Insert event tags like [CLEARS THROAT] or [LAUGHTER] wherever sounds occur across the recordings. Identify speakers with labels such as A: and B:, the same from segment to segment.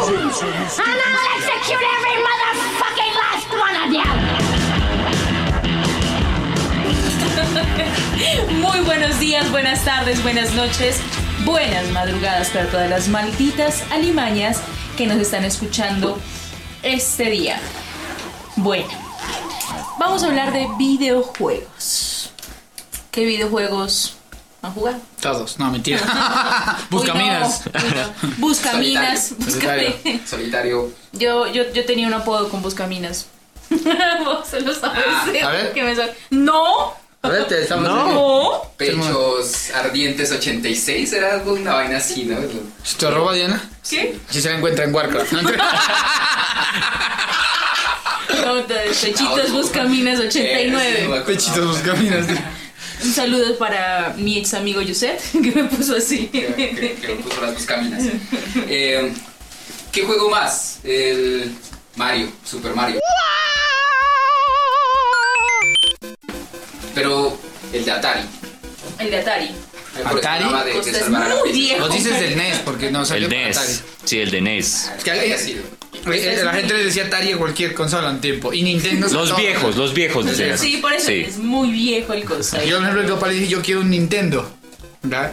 A: And I'll execute every motherfucking last one of you.
B: [LAUGHS] Muy buenos días, buenas tardes, buenas noches, buenas madrugadas para todas las malditas alimañas que nos están escuchando este día. Bueno, vamos a hablar de videojuegos. ¿Qué videojuegos han jugado?
C: Todos, no, mentira.
B: [LAUGHS]
C: Busca
B: Uy, no,
C: minas.
B: uy,
C: [LAUGHS]
B: no. Buscaminas. [LAUGHS]
C: Solitario,
B: Buscaminas.
D: [LAUGHS] Solitario.
B: Yo, yo, yo tenía un apodo con Buscaminas. [LAUGHS] Vos se lo sabes.
C: Ah, a ver.
B: que me sa- No,
C: A ver, te estamos.
B: no.
D: Pechos ardientes 86 era algo, una vaina así, ¿no?
C: Si te roba Diana,
B: ¿Qué?
C: si se la encuentra en Warcraft. ¿no? [LAUGHS]
B: No, de Pechitos Buscaminas 89.
C: Pechitos busca minas. tío.
B: Un saludo para mi ex amigo Yuset, [LAUGHS] que me puso así.
D: Que, que- que lo puso las buscaminas. Eh, ¿Qué juego más? El Mario, Super Mario. Pero el de Atari.
B: El de Atari.
D: Ahí por el
C: ¿Atari? Pues
D: programa de- de
B: Usted es
D: salvar a la
B: muy
D: princesa.
B: viejo.
C: Nos dices del NES porque no salió
E: El E
C: para
E: NES. Sí, el E de NES.
D: Ah,
C: Que
D: que haya
C: alguien-
D: sido.
C: Atari.
B: Pues
C: Eh, eh, La gente le decía Atari a cualquier consola en tiempo. Y Nintendo. sobre
E: Los
C: todo.
E: viejos, los viejos.
C: Los
E: decían.
C: viejos.
B: Sí, por eso
E: Sí.
B: es muy viejo el cosa.
C: Yo, por ejemplo, mi papá le dije, yo quiero un Nintendo. ¿Verdad?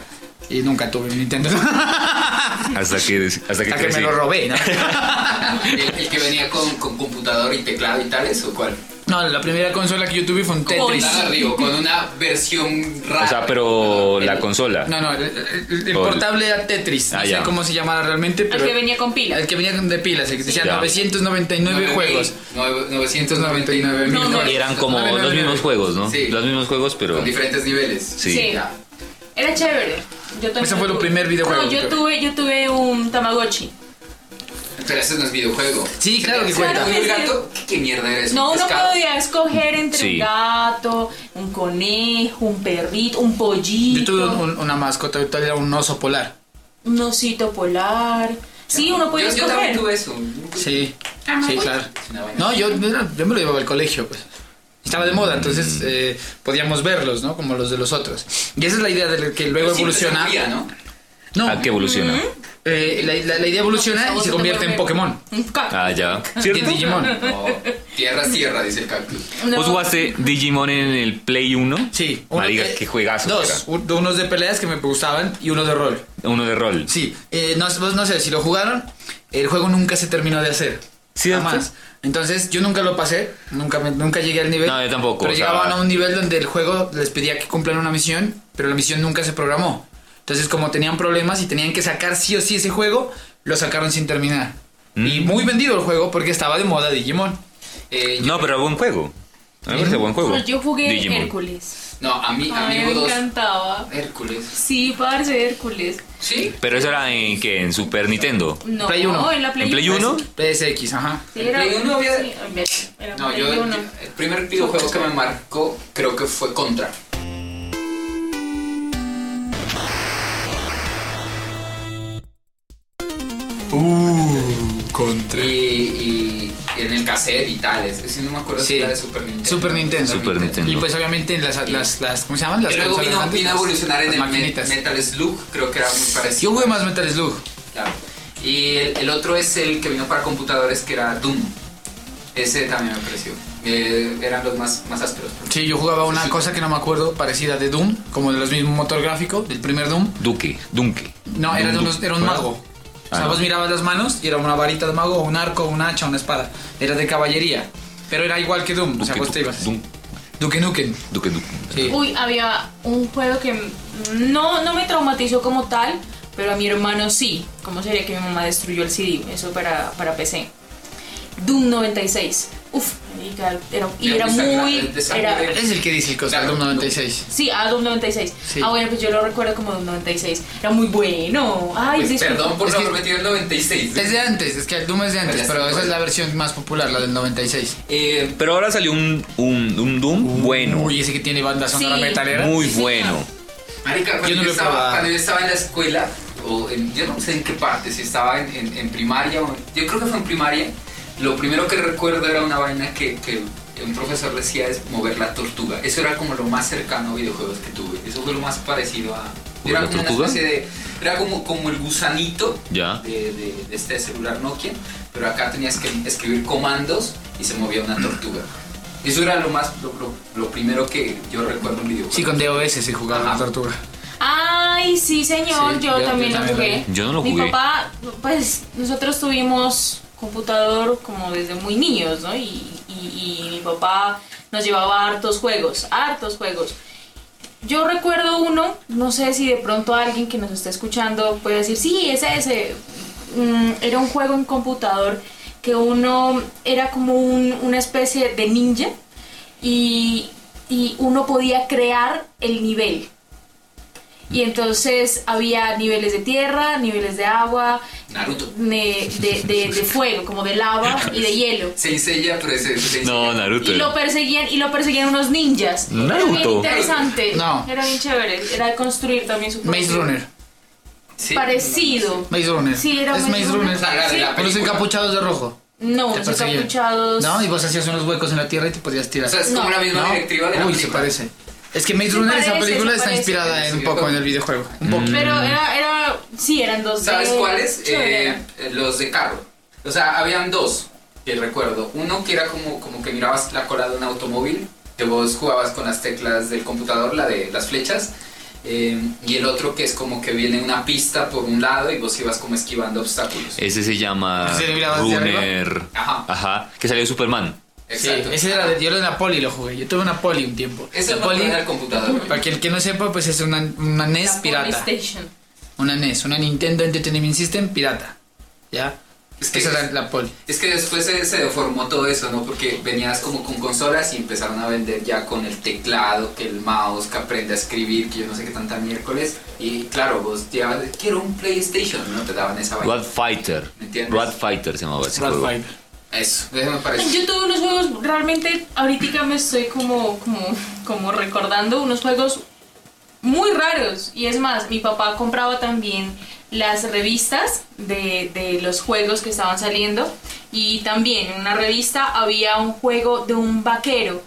C: Y nunca tuve un Nintendo.
E: [LAUGHS] Hasta que, hasta que
C: Hasta que me
E: crecí.
C: lo robé,
E: [LAUGHS]
C: ¿no?
D: Ah, El, el que venía con, con computador y teclado y tal, ¿eso cuál?
C: No, la primera consola que yo tuve fue un Tetris.
D: Nada arriba, con una versión rara.
E: O sea, pero
D: El-
E: la consola.
C: No, no, el, el- el
E: O el-
C: portable era Tetris. No
E: Ah,
C: sé
E: ya.
C: cómo se llamaba realmente,
B: El
C: pero.
B: que venía con pila.
C: el que venía de pilas, el que decía
E: Ya.
C: 999 juegos.
D: Nueve- 999
C: No,
B: no.
E: Y eran como
C: No, no, no,
E: los
C: no.
E: mismos juegos, ¿no?
D: Sí.
E: Los mismos juegos, pero.
D: Con diferentes niveles.
E: Sí.
D: Ya.
B: Era chévere. Yo también
C: Ese fue lo
B: tuve.
C: primer videojuego
B: No,
C: que
B: yo
C: tuve.
B: tuve, yo tuve un Tamagotchi.
D: Pero ese no es videojuego.
C: Sí, claro que
D: ¿Se
C: cuenta.
D: te hace un gato? ¿Qué, qué mierda eres?
B: No,
D: ¿Un
B: uno
D: pescado?
B: podía escoger entre
E: Sí.
B: un gato, un conejo, un perrito, un pollito,
C: Yo tuve un- una mascota virtual, era un oso polar.
B: un osito polar. Sí, uno podía
D: Yo, yo
B: escoger.
D: también tuve eso.
C: Sí,
B: Ah,
C: sí,
B: ¿no?
C: claro.
D: Una vaina.
C: No, yo, era- yo me lo llevaba al colegio, pues. Estaba de moda, entonces
E: Mm.
C: eh, podíamos verlos, ¿no? Como los de los otros. Y esa es la idea de que luego
D: Siempre se
C: evoluciona.
D: moría,
B: [LAUGHS]
D: ¿no?
C: No,
E: ¿A qué Ah, evoluciona?
C: eh, la, la- la idea evoluciona
B: No,
C: y
B: pues,
C: se
B: a vos
C: convierte
B: te
C: en
B: vuelve-
C: Pokémon.
B: Un caco.
E: Ah, ya.
C: Y
E: ¿Cierto?
C: en Digimon.
B: [LAUGHS]
D: No, tierra es tierra, dice el cactus.
B: No.
E: ¿Vos jugaste Digimon en el Play 1?
C: Sí. uno
E: Marica,
C: que-
E: qué juegazo.
C: Dos. un- unos de peleas que me gustaban y uno de rol.
E: era. Uno de rol.
C: Sí. eh, no, vos no sé, si lo jugaron, el juego nunca se terminó de hacer.
E: ¿Cierto?
C: Jamás. Entonces, yo nunca lo pasé, nunca, me- nunca llegué al nivel.
E: No, yo tampoco,
C: Pero
E: o sea-
C: llegaban a un nivel donde el juego les pedía que cumplan una misión, pero la misión nunca se programó. Entonces, como tenían problemas y tenían que sacar sí o sí ese juego, lo sacaron sin terminar. Y
E: Mm.
C: muy vendido el juego porque estaba de moda Digimon.
D: Eh, yo-
E: No, pero era buen juego. A mí me parece buen juego.
B: Yo jugué
E: Digimon.
B: Hércules.
D: no, a mí,
B: A mí
D: amigo
B: me
D: 2.
B: encantaba.
D: Hércules.
B: Sí, parce, Hércules.
D: Sí.
E: Pero eso era en que en Super Nintendo.
B: No,
C: Play uno.
B: en la Play,
E: ¿En Play
B: uno.
E: uno?
C: PSX, ajá.
B: Sí,
D: ¿En
B: era-
D: Play uno había-
B: sí, era
D: No,
B: Play
D: yo,
B: uno.
D: el primer videojuego que me marcó creo que fue Contra.
C: Contra.
E: Uh.
D: Y, y en el cassette y tales. Si no me acuerdo si
C: Sí.
D: era de Super Nintendo.
C: Super Nintendo.
E: Super Nintendo.
C: Y pues obviamente las, las, las ¿cómo se llaman? Las
D: Y luego
C: consolas
D: vino,
C: grandes,
D: vino a
C: las-
D: evolucionar en
C: las
D: el Me-
C: maquinitas.
D: Metal Slug, creo que era muy parecido.
C: Yo jugué más Metal Slug.
D: Claro. Y el, el otro es el que vino para computadores, que era Doom. Ese también me pareció. Eh, eran los más, más ásperos.
C: Sí, yo jugaba una cosa que no me acuerdo, parecida de Doom, como de los mismos motor gráfico, del primer Doom.
E: Duque, Dunque.
C: No, era, de unos- era un mago. O sea,
E: Ah,
C: vos
E: no.
C: mirabas las manos y era una varita de mago, un arco, un hacha, una espada. Era de caballería. Pero era igual que Doom. o sea,
E: Duque,
C: vos te
E: Duque,
C: ibas.
E: Dun-
C: Duke Nukem.
E: Duque, Duque.
C: Sí.
B: Uy, había un juego que no, no me traumatizó como tal, pero a mi hermano sí. ¿Cómo sería que mi mamá destruyó el CD? Eso para, para PC. Doom 96. Uf, marica, era, y
D: Era
B: era
D: muy sangra-
B: muy...
D: de sangre.
B: Era,
C: Es el que dice el cosa,
D: Claro,
C: Doom
D: Doom.
C: 96.
B: sí, ah, Doom 96.
C: Sí.
B: Ah, bueno, pues yo lo recuerdo como Doom 96. Era muy bueno. Ay,
D: Pues,
B: disculpa.
D: perdón por
C: Es
D: no
C: que-
D: haber metido el 96.
C: Es de antes, es que el Doom es de antes,
D: Pero ya
C: pero
D: sé
C: esa
D: cuál.
C: es la versión más popular, la del 96.
D: Eh,
E: Pero ahora salió un, un, un Doom bueno.
C: Uy, ese que tiene banda sonora
B: Sí.
C: metalera.
E: Muy
B: Sí,
E: bueno.
D: Marica, cuando
C: Yo
D: yo,
C: no lo he
D: estaba,
C: probado.
D: cuando yo estaba en la escuela, o en- yo no sé en qué parte, si estaba en, en- en primaria o yo creo que fue en primaria, lo primero que recuerdo era una vaina que, que un profesor decía es mover la tortuga. Eso era como lo más cercano a videojuegos que tuve. Eso fue lo más parecido a,
E: ¿O
D: Era
E: la
D: como una
E: tortuga?
D: especie de- Era como, como el gusanito
E: Ya.
D: De, de- de este celular Nokia, pero acá tenías que escribir comandos y se movía una tortuga. Eso era lo más lo, lo- lo primero que yo recuerdo en videojuego.
C: Sí, con DOS se jugaba la
D: Ajá.
C: tortuga.
B: Ay, sí, señor,
D: Sí,
B: yo,
D: yo-
B: también
D: yo
B: lo
D: también lo
B: jugué.
E: vi. Yo no lo
B: Mi
E: jugué.
B: papá, pues nosotros tuvimos computador como desde muy niños, ¿no? Y, y- y mi papá nos llevaba hartos juegos, hartos juegos. Yo recuerdo uno, no sé si de pronto alguien que nos está escuchando puede decir, sí, es ese. Mm, era un juego en computador que uno era como un- una especie de ninja y, y uno podía crear el nivel. Y entonces había niveles de tierra, niveles de agua,
D: Naruto.
B: ne- de, de- de fuego, como de lava y de hielo.
D: Se ella, pero ese, ese-
E: No, Naruto.
B: Y lo perseguían, y lo perseguían unos ninjas. Era bien
E: Naruto.
B: interesante.
C: No.
B: Era bien chévere. Era construir también su
C: Maze
B: propio-
C: Runner.
D: sí.
B: Parecido.
C: Maze Runner.
B: Sí, era
C: es
B: Maze
C: Maze
B: Runner.
C: Runner.
D: Ah, la de la
C: Con los
D: película.
C: encapuchados de rojo.
B: No,
C: Te
B: unos
C: perseguían.
B: encapuchados.
C: No, y vos hacías unos huecos en la tierra y te podías tirar.
D: O sea, es
B: No.
D: como la misma
C: ¿No?
D: directiva de la
C: Uy, se
D: película.
C: parece. Es que Maze
B: Se
C: Runner, esa
B: parece,
C: película
B: se
C: está
B: parece.
C: inspirada en un
D: Sí,
C: poco
D: como-
C: en el videojuego. Un poco.
B: Pero era, era. Sí, eran dos. de-
D: ¿Sabes cuáles?
B: chévere.
D: Eh, los de carro. O sea, habían dos que recuerdo. Uno que era como, como que mirabas la cola de un automóvil, que vos jugabas con las teclas del computador, la de las flechas. eh, y el otro que es como que viene una pista por un lado y vos ibas como esquivando obstáculos.
E: Ese se llama
C: ¿Ese le mirabas de
E: Runner.
D: Ajá.
E: Ajá. Que salió de Superman.
C: Sí,
D: Exacto.
C: ese era de, yo era de la poli lo jugué. Yo tuve una poli un tiempo.
D: Ese
C: la
D: no
C: poli,
D: era el computador.
C: para quien que no sepa, pues es una, una
B: La este.
C: NES pirata.
B: PlayStation.
C: Una NES, una Nintendo Entertainment System pirata. ¿Ya?
D: Es que-
C: esa era la poli.
D: Es que después se, se deformó todo eso, ¿no? Porque venías como con consolas y empezaron a vender ya con el teclado, que el mouse, que aprende a escribir, que yo no sé qué tanta miércoles. Y claro, vos ya quiero un PlayStation, ¿no? Te daban esa vaina.
E: Rat Fighter.
D: ¿Me entiendes?
E: Rat Fighter se llamaba ese
C: Rat
E: juego.
C: Fighter.
D: Eso, eso me
B: Ay,
D: parece.
B: Yo tuve unos juegos, realmente ahorita me estoy como, como, como recordando unos juegos muy raros. Y es más, mi papá compraba también las revistas de, de los juegos que estaban saliendo. Y también en una revista había un juego de un vaquero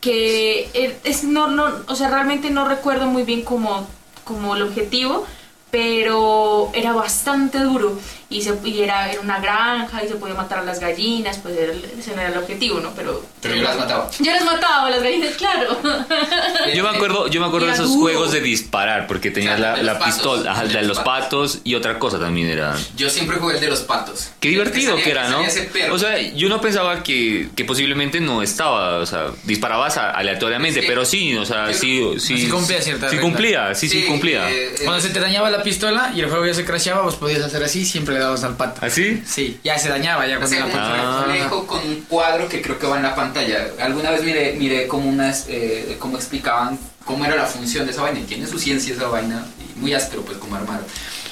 B: que er- es no no o sea realmente no recuerdo muy bien como como el objetivo pero era bastante duro y se y era, era una granja y se podía matar a las gallinas pues era, el- ese no era el objetivo no pero
D: Pero yo las mataba.
B: yo las mataba las gallinas [LAUGHS] claro
E: [LAUGHS] Yo me
D: Eh,
E: acuerdo, yo me acuerdo de
B: Era
E: esos
B: duro.
E: juegos de disparar, porque tenías
D: Claro,
E: la,
D: de los
E: la
D: patos.
E: pistola, ajá,
D: De
E: de
D: los
E: los patos y otra cosa también era.
D: Yo siempre jugué el de los patos.
E: Qué divertido
D: salía-
E: que era, ¿no?
D: salía ese perro.
E: O sea, yo no pensaba que, que posiblemente no estaba, o sea, disparabas a- aleatoriamente,
D: Es que-
E: pero sí, o sea,
D: yo-
E: sí, sí.
C: Así cumplía cierta
E: Sí
C: regla.
E: cumplía, sí, sí, cumplía.
D: eh, eh,
C: Cuando se te dañaba la pistola y el juego ya se crasheaba, vos podías hacer así y siempre le dabas al pato.
E: ¿Así?
C: Sí, ya se dañaba, ya cuando
D: Hacía
C: la
D: como
C: pistola.
E: Ah.
D: un reflejo con un cuadro que creo que va en la pantalla. Alguna vez miré, miré como unas, eh, cómo explicaban cómo era la función de esa vaina. y Tiene su ciencia esa vaina, y muy áspero pues como armaron.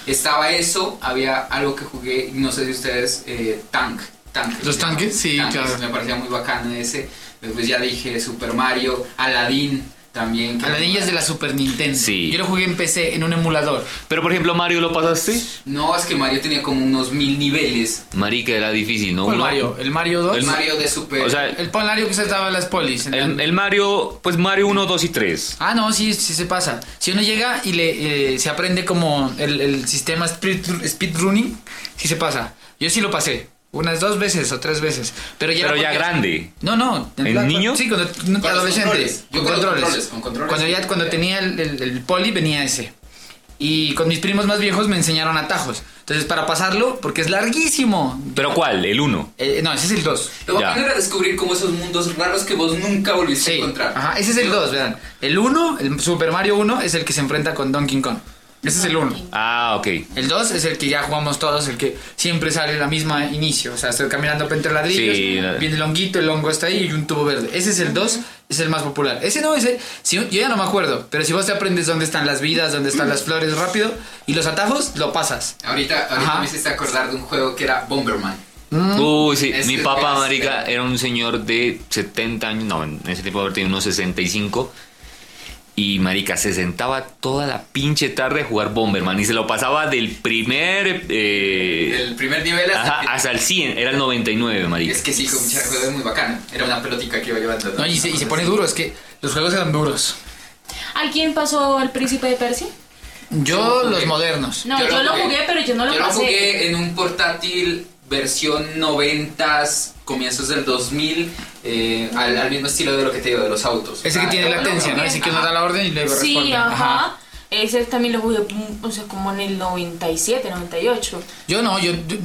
D: Estaba eso, había algo que jugué, no sé si ustedes, eh, Tank. Tank
C: ¿Los tanques? Sí, claro.
D: Me parecía muy bacano ese. Después ya dije Super Mario, Aladdin también. que-
C: Aladdin ya es de la Super Nintendo.
E: Sí.
C: Yo lo jugué en PC, en un emulador.
E: Pero por ejemplo, Mario lo pasaste.
D: No, es que Mario tenía como unos mil niveles.
E: Marica era difícil, ¿no?
C: ¿Cuál
E: Uno-
C: Mario? ¿El Mario 2?
E: El
D: El
E: ma-
D: Mario de Super.
E: O sea,
C: El Mario que se daba en las polis. en
E: el,
C: la-
E: el Mario, pues Mario 1, 2 y 3.
C: Ah, no, sí, sí se pasa. Si uno llega y le eh, se aprende como el, el sistema speed, speedrunning, sí se pasa. Yo sí lo pasé. Unas dos veces o tres veces. Pero ya, era
E: Pero ya
C: porque-
E: grande.
C: No, no.
E: ¿En
C: la-
E: niño?
C: Sí, cuando, no,
D: los
C: adolescente.
D: controles. Yo con los controles, con controles.
C: Cuando, ya, cuando tenía el, el- el poli venía ese. Y con mis primos más viejos me enseñaron atajos. Entonces, para pasarlo, porque es larguísimo.
E: ¿Pero cuál? El 1.
C: Eh, no, ese es el 2.
D: Lo
E: Ya.
D: bacano era descubrir como esos mundos raros que vos nunca volviste
C: Sí.
D: a encontrar.
C: Ajá, ese es el 2, vean. El 1, el Super Mario 1, es el que se enfrenta con Donkey Kong. Ese es el 1.
E: Ah, ok.
C: El 2 es el que ya jugamos todos, el que siempre sale la misma inicio. O sea, estoy caminando entre ladrillos,
E: Sí, la-
C: viene el honguito, el hongo está ahí y un tubo verde. Ese es el 2, es el más popular. Ese no, ese, si, yo ya no me acuerdo, pero si vos te aprendes dónde están las vidas, dónde están las flores rápido y los atajos, lo pasas.
D: Ahorita, ahorita
C: Ajá.
D: me hiciste acordar de un juego que era Bomberman.
E: Uy, sí,
D: Es
E: mi
D: que
E: papá,
D: es-
E: marica, era un señor de 70 años, no, en ese tiempo haber tenido unos 65. Y marica, se sentaba toda la pinche tarde a jugar Bomberman y se lo pasaba del primer... eh,
D: El primer nivel hasta
E: ajá,
D: que-
E: hasta el 100, era el 99, marica.
D: Es que sí, con mucha juego es muy bacano. Era una pelotita que iba llevando.
C: ¿no? Y, se, y se pone duro, es que los juegos eran duros.
B: alguien pasó el príncipe de Persia
C: Yo
D: jugué.
C: los modernos.
B: No, yo lo jugué, pero yo no lo
D: Yo lo
B: pasé.
D: jugué en un portátil versión 90s, comienzos del 2000, eh, al, al mismo estilo de lo que te digo, de los autos.
C: Ese que
D: Ah,
C: tiene
D: yo lo
C: latencia, ¿no?
D: jugué.
C: Ese que
D: Ajá.
C: nos da la orden y luego
B: Sí,
C: responde.
B: ajá. Ese también lo jugué, mm, o sea, como en el 97, 98.
C: Yo no, yo, yo,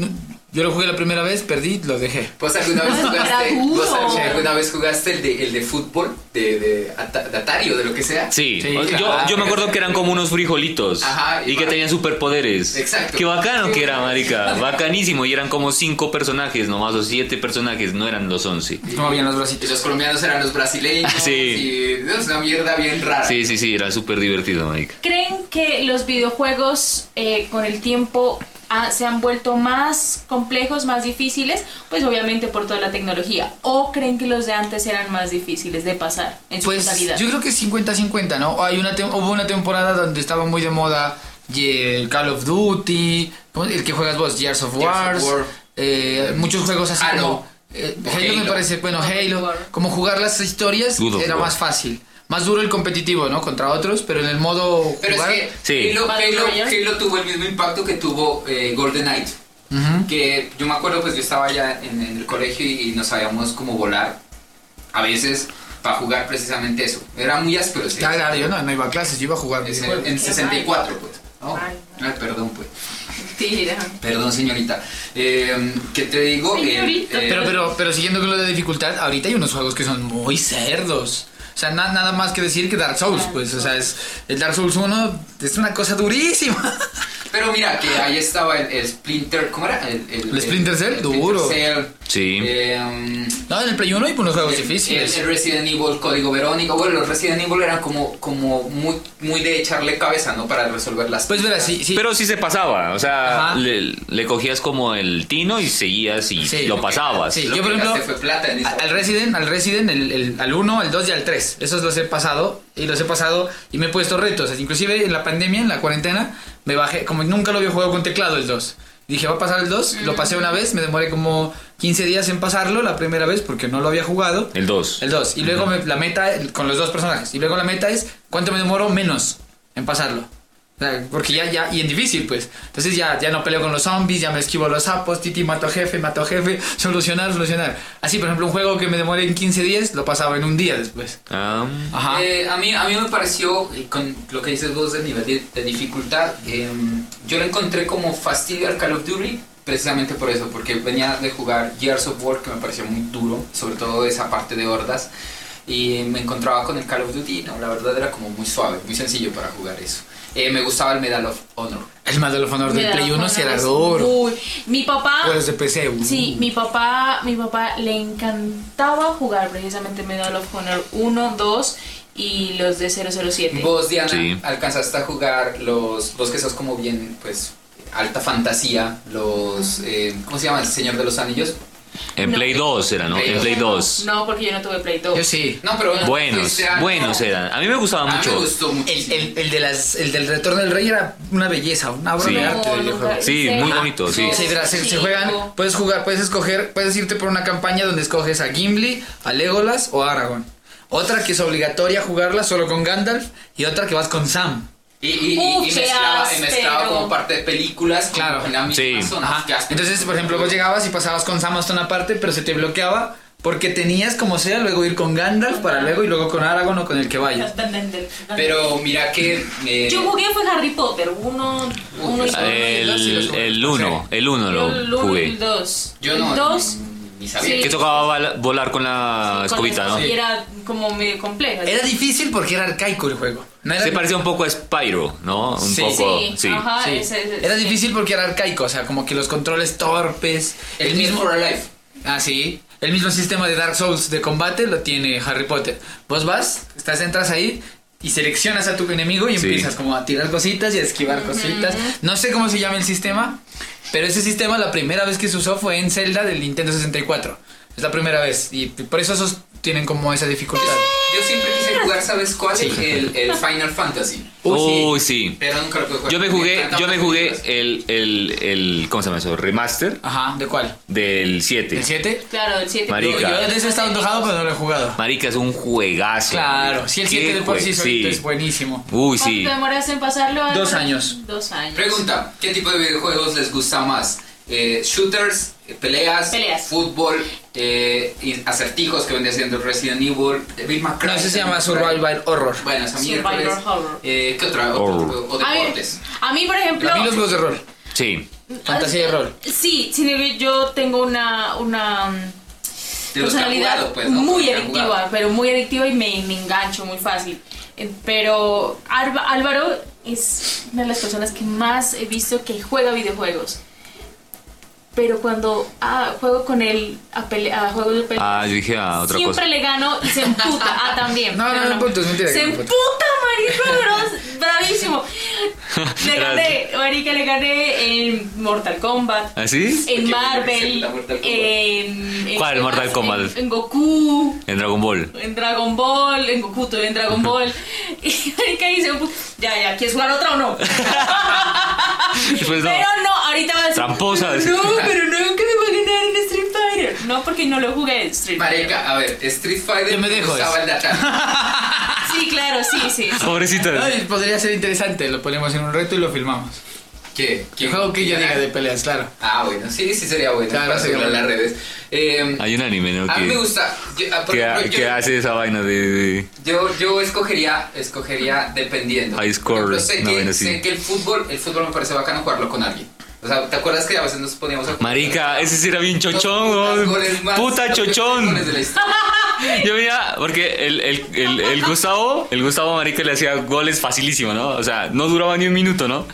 C: yo lo jugué la primera vez, perdí, lo dejé.
D: ¿Vos Pues, alguna vez
B: [LAUGHS] Era
D: jugaste, vos
B: duro.
D: alguna vez jugaste el de, el de fútbol, de, de, Ata- de Atari o de lo que sea?
E: Sí,
C: Sí,
E: yo,
D: claro.
E: yo me acuerdo que eran como unos frijolitos
D: Ajá,
E: y,
D: y
E: que
D: va-
E: tenían superpoderes.
D: Exacto.
E: Qué bacano que
D: [LAUGHS]
E: era, marica. Bacanísimo. Y eran como cinco personajes nomás o siete personajes, no eran los once.
C: No bien los
D: Y
C: bracitos.
D: los colombianos eran los brasileños.
E: [LAUGHS] Sí.
D: Y es una mierda bien rara.
E: Sí, sí, sí, era súper divertido, marica.
B: ¿Creen que los videojuegos eh, con el tiempo ha- se han vuelto más complejos, más difíciles? Pues obviamente por toda la tecnología. ¿O creen que los de antes eran más difíciles de pasar en su
C: Pues
B: totalidad?
C: yo creo que es 50-50, ¿no? Hay una tem- hubo una temporada donde estaba muy de moda y el Call of Duty, ¿cómo- el que juegas vos, Gears of
D: Gears of
C: War, eh,
D: War.
C: muchos juegos así
D: Halo.
C: como eh, Halo, me
D: Halo.
C: parece, bueno, Halo,
B: War.
C: como jugar las historias
E: Good of
C: era
E: War.
C: más fácil. Más duro el competitivo, ¿no? Contra otros, pero en el modo
D: Pero
C: jugar
D: es
E: Sí.
D: que Halo,
B: Battle
D: Halo-
B: Royale.
D: Halo tuvo el mismo impacto que tuvo eh, Golden Knight. Que yo me acuerdo, pues yo estaba allá en, en el colegio y, no sabíamos cómo volar. A veces para jugar precisamente eso. Era muy áspero. ¿sí?
C: Ah, claro, yo no, no iba a clases, yo iba a jugar
D: Es
C: videojuegos.
D: en, en 64, pues. ¿no?
B: Ay.
D: Ay, perdón, pues.
B: Tira.
D: Perdón, señorita. Eh, ¿Qué te digo? Eh,
B: Señorita.
D: eh,
C: Pero, pero, pero siguiendo con lo de dificultad, ahorita hay unos juegos que son muy cerdos. O sea, na- nada más que decir que Dark Souls, pues, o sea, es, el Dark Souls 1 es una cosa durísima. [LAUGHS]
D: Pero mira, que ahí estaba el, el Splinter, ¿cómo era? El,
C: El Splinter Cell, duro.
D: Splinter Cell,
E: Sí.
D: eh,
C: No, en el Play 1 hay unos juegos
D: el-
C: difíciles.
D: El, el Resident Evil Código Verónica. Bueno, los Resident Evil eran como, como muy, muy de echarle cabeza, ¿no? Para resolver las
C: Pues verás, sí, sí.
E: Pero sí se pasaba, o sea,
C: Ajá.
E: le, le cogías como el tino y seguías y
C: Sí,
E: lo
C: ok.
E: pasabas.
C: Sí,
D: Lo
C: yo,
D: que
C: por ejemplo,
D: gasté fue plata en
C: a-
D: esa-
C: al Resident, al Resident, el, el- al 1, al 2 y al 3. Esos los he pasado y los he pasado y me he puesto retos. Inclusive en la pandemia, en la cuarentena, me bajé, como nunca lo había jugado con teclado el 2. Dije, va a pasar el 2, lo
D: Mm.
C: pasé una vez, me demoré como 15 días en pasarlo la primera vez porque no lo había jugado.
E: El 2.
C: El 2. Y luego me- la meta el- con los dos personajes. Y luego la meta es cuánto me demoro menos en pasarlo. O sea, Porque ya, ya, y en difícil, pues. Entonces ya, ya no peleo con los zombies, ya me esquivo a los sapos, titi, mato jefe, mato jefe, [LAUGHS] solucionar, solucionar. Así, por ejemplo, un juego que me demoré en 15 días, lo pasaba en un día después.
E: Ah,
C: Ajá.
D: Eh, a, mí, a mí me pareció, eh, con lo que dices vos del nivel de, de dificultad, eh, yo lo encontré como fastidio al Call of Duty, precisamente por eso, porque venía de jugar Gears of War, que me pareció muy duro, sobre todo esa parte de hordas, y me encontraba con el Call of Duty, y no, la verdad era como muy suave, muy sencillo para jugar eso. Eh, me gustaba el Medal of Honor.
C: el Medal of Honor del
B: Me
C: Play
B: da
C: 1 si era
B: ganas.
C: duro.
B: Uy, Mi papá.
C: Juegos de PC. uh.
B: Sí, mi papá, mi papá le encantaba jugar precisamente Medal of Honor 1, 2 y los de 007.
D: Vos, Diana,
E: Sí.
D: alcanzaste a jugar los, los que sos como bien, pues, alta fantasía, los, eh, ¿cómo se llama? El Señor de los Anillos.
E: en
B: No.
E: Play 2 era, ¿no?
D: Play
E: En
D: dos.
E: Play 2.
B: No, porque yo no tuve Play 2.
C: Yo sí.
D: No, pero bueno, este
E: Buenos,
D: fuiste a-
E: buenos eran. A mí me gustaba
D: A mí me
E: mucho.
D: gustó
C: El,
D: muchísimo.
C: el- el de las, el del Retorno del Rey era una belleza, una obra
E: Sí.
C: de
B: No,
C: arte del
B: nunca-
C: videojuego.
E: Sí,
B: en
E: muy
B: serio.
E: bonito, sí.
B: No,
C: Sí, verás, se, se
B: sí,
C: juegan,
B: no.
C: puedes jugar, puedes escoger, puedes irte por una campaña donde escoges a Gimli, a Legolas o a Aragorn. Otra que es obligatoria jugarla solo con Gandalf y otra que vas con Sam.
D: Y, y, y- y
B: Uf, qué
D: mezclaba, y mezclaba
B: áspero.
D: como parte de películas, como
C: Claro.
D: en la misma
E: Sí.
D: zona. Qué áspero.
C: Entonces, por ejemplo, vos llegabas y pasabas con Sam hasta una parte, pero se te bloqueaba porque tenías como sea luego ir con Gandalf para luego y luego con Aragorn o con el que vayas.
D: Pero mira que. eh,
B: Yo jugué fue Harry Potter 1,
D: Uy,
B: 1 y
D: ah,
E: El el 1, el 1 lo
B: 1 y
E: jugué.
B: el 2.
D: yo no.
B: El 2
D: Ni sabía.
B: Sí.
E: Que tocaba val- volar con la escobita, Ah, ¿no?
B: Y era como medio complejo.
C: Era difícil porque era arcaico el juego. No era
E: Se parecía un poco a Spyro, ¿no? Un
C: Sí.
E: poco,
B: Sí,
E: sí.
B: ajá,
C: Sí.
B: Ah, ese- ese-
C: Era
B: sí.
C: difícil porque era arcaico, o sea, como que los controles torpes.
D: El mismo for Life.
C: Ah, sí. El mismo sistema de Dark Souls de combate lo tiene Harry Potter. Vos vas, estás, entras ahí y seleccionas a tu enemigo y
E: Sí.
C: empiezas como a tirar cositas y a esquivar cositas. No sé cómo se llama el sistema, pero ese sistema la primera vez que se usó fue en Zelda del Nintendo 64. Es la primera vez y por eso esos tienen como esa dificultad.
D: Yo siempre quise jugar, ¿sabes cuál? El, el Final Fantasy.
E: Uy, sí.
D: Pero nunca lo pude jugar.
E: Yo me jugué,
D: encantan
E: yo me
D: las
E: jugué
D: películas.
E: el, el, el, ¿cómo se llama eso? Remaster
C: Ajá, ¿de cuál?
E: del 7.
C: ¿Del 7?
B: Claro, el 7.
E: Marica.
C: Yo de ese estaba antojado, pero no lo he jugado.
E: Marica, es un juegazo.
C: Claro, si el 7
E: Qué
C: de por sí
E: jue-
C: solito es buenísimo.
E: Uy,
B: ¿Cuánto
E: sí.
B: te demoraste en pasarlo? Álvaro?
C: Dos años.
B: Dos años.
D: Pregunta, ¿qué tipo de videojuegos les gusta más? Eh, shooters, eh, peleas,
B: Peleas.
D: fútbol, eh, y acertijos que vendría siendo Resident Evil, eh, Devil May Cry.
C: No, ese se llama
D: Devil May Cry.
C: Survival Horror.
D: Bueno, esa
B: Survivor
D: miércoles.
B: Horror.
D: Eh, ¿Qué otra? O,
E: Horror.
D: o- o
B: A mí-
D: deportes.
B: A mí, por ejemplo. eh,
C: A mí los juegos de rol.
E: Sí.
C: Fantasía de rol.
B: Sí, sin embargo, yo tengo una, una mm,
D: De los que han
B: personalidad
D: jugado, pues, ¿no?
B: muy
D: Porque han
B: adictiva,
D: jugado.
B: pero muy adictiva y me, me engancho muy fácil. Eh, Pero Arba- Álvaro es una de las personas que más he visto que juega videojuegos. Pero cuando ah, juego con él a, pele- a juegos de pelea,
E: Ah, yo dije ah, otra
B: siempre
E: cosa.
B: le gano y se emputa. Ah, también.
C: No, no, no, punto, es mentira que
B: Se
C: no, punto.
B: emputa, marica, bro,
E: [LAUGHS]
B: bravísimo. Le gané, marica, le gané en Mortal Kombat.
E: ¿Ah, sí?
B: En
D: Porque
B: Marvel,
D: la Mortal Kombat.
B: en, en-
E: ¿Cuál
B: en-
E: Mortal Kombat?
B: En, en Goku,
E: En Dragon Ball.
B: en Dragon Ball, en Goku, todo en Dragon Ball. [LAUGHS] Y marica dice, "Pues, ya, ya, ¿quieres jugar otra o
E: [LAUGHS]
B: no?
E: Después Pues no.
B: Pero no, ahorita va a decir,
E: Tramposas.
B: No, pero nunca me va a ganar en Street Fighter. No, porque no lo jugué en Street Fighter.
D: Marica, a ver, Street Fighter
C: Yo me dejo
D: usaba
C: eso.
D: el de atrás.
B: Sí, claro, sí, sí.
E: Pobrecita.
C: Ay, podría ser interesante, lo ponemos en un reto y lo filmamos.
D: ¿Qué?
C: Que juego que yo diga de peleas, claro.
D: [LAUGHS] Ah, bueno, sí, sí sería bueno.
C: Claro,
D: para
C: sí,
D: subirlo en
C: bueno.
D: las redes. Eh,
E: Hay un anime, ¿no?
D: a mí me
E: Que,
D: gusta. Yo, ah, por
E: que,
D: ejemplo, yo-
E: que hace esa vaina de. de-
D: Yo, yo escogería, escogería dependiendo.
E: High score,
D: Por ejemplo, sé,
E: no,
D: que,
E: bueno, sí.
D: sé que el fútbol, el fútbol me parece bacano jugarlo con alguien. O sea, ¿te acuerdas que a veces nos poníamos a jugar?
E: Marica, ese sí era bien
D: Los
E: chochón,
D: putas
E: weón.
D: goles más-
E: Puta
D: [LAUGHS] los peores
E: chochón.
D: goles de la historia.
E: Yo veía, porque el, el, el, el Gustavo, el Gustavo Marica le hacía goles facilísimo, ¿no? O sea, no duraba ni un minuto, ¿no?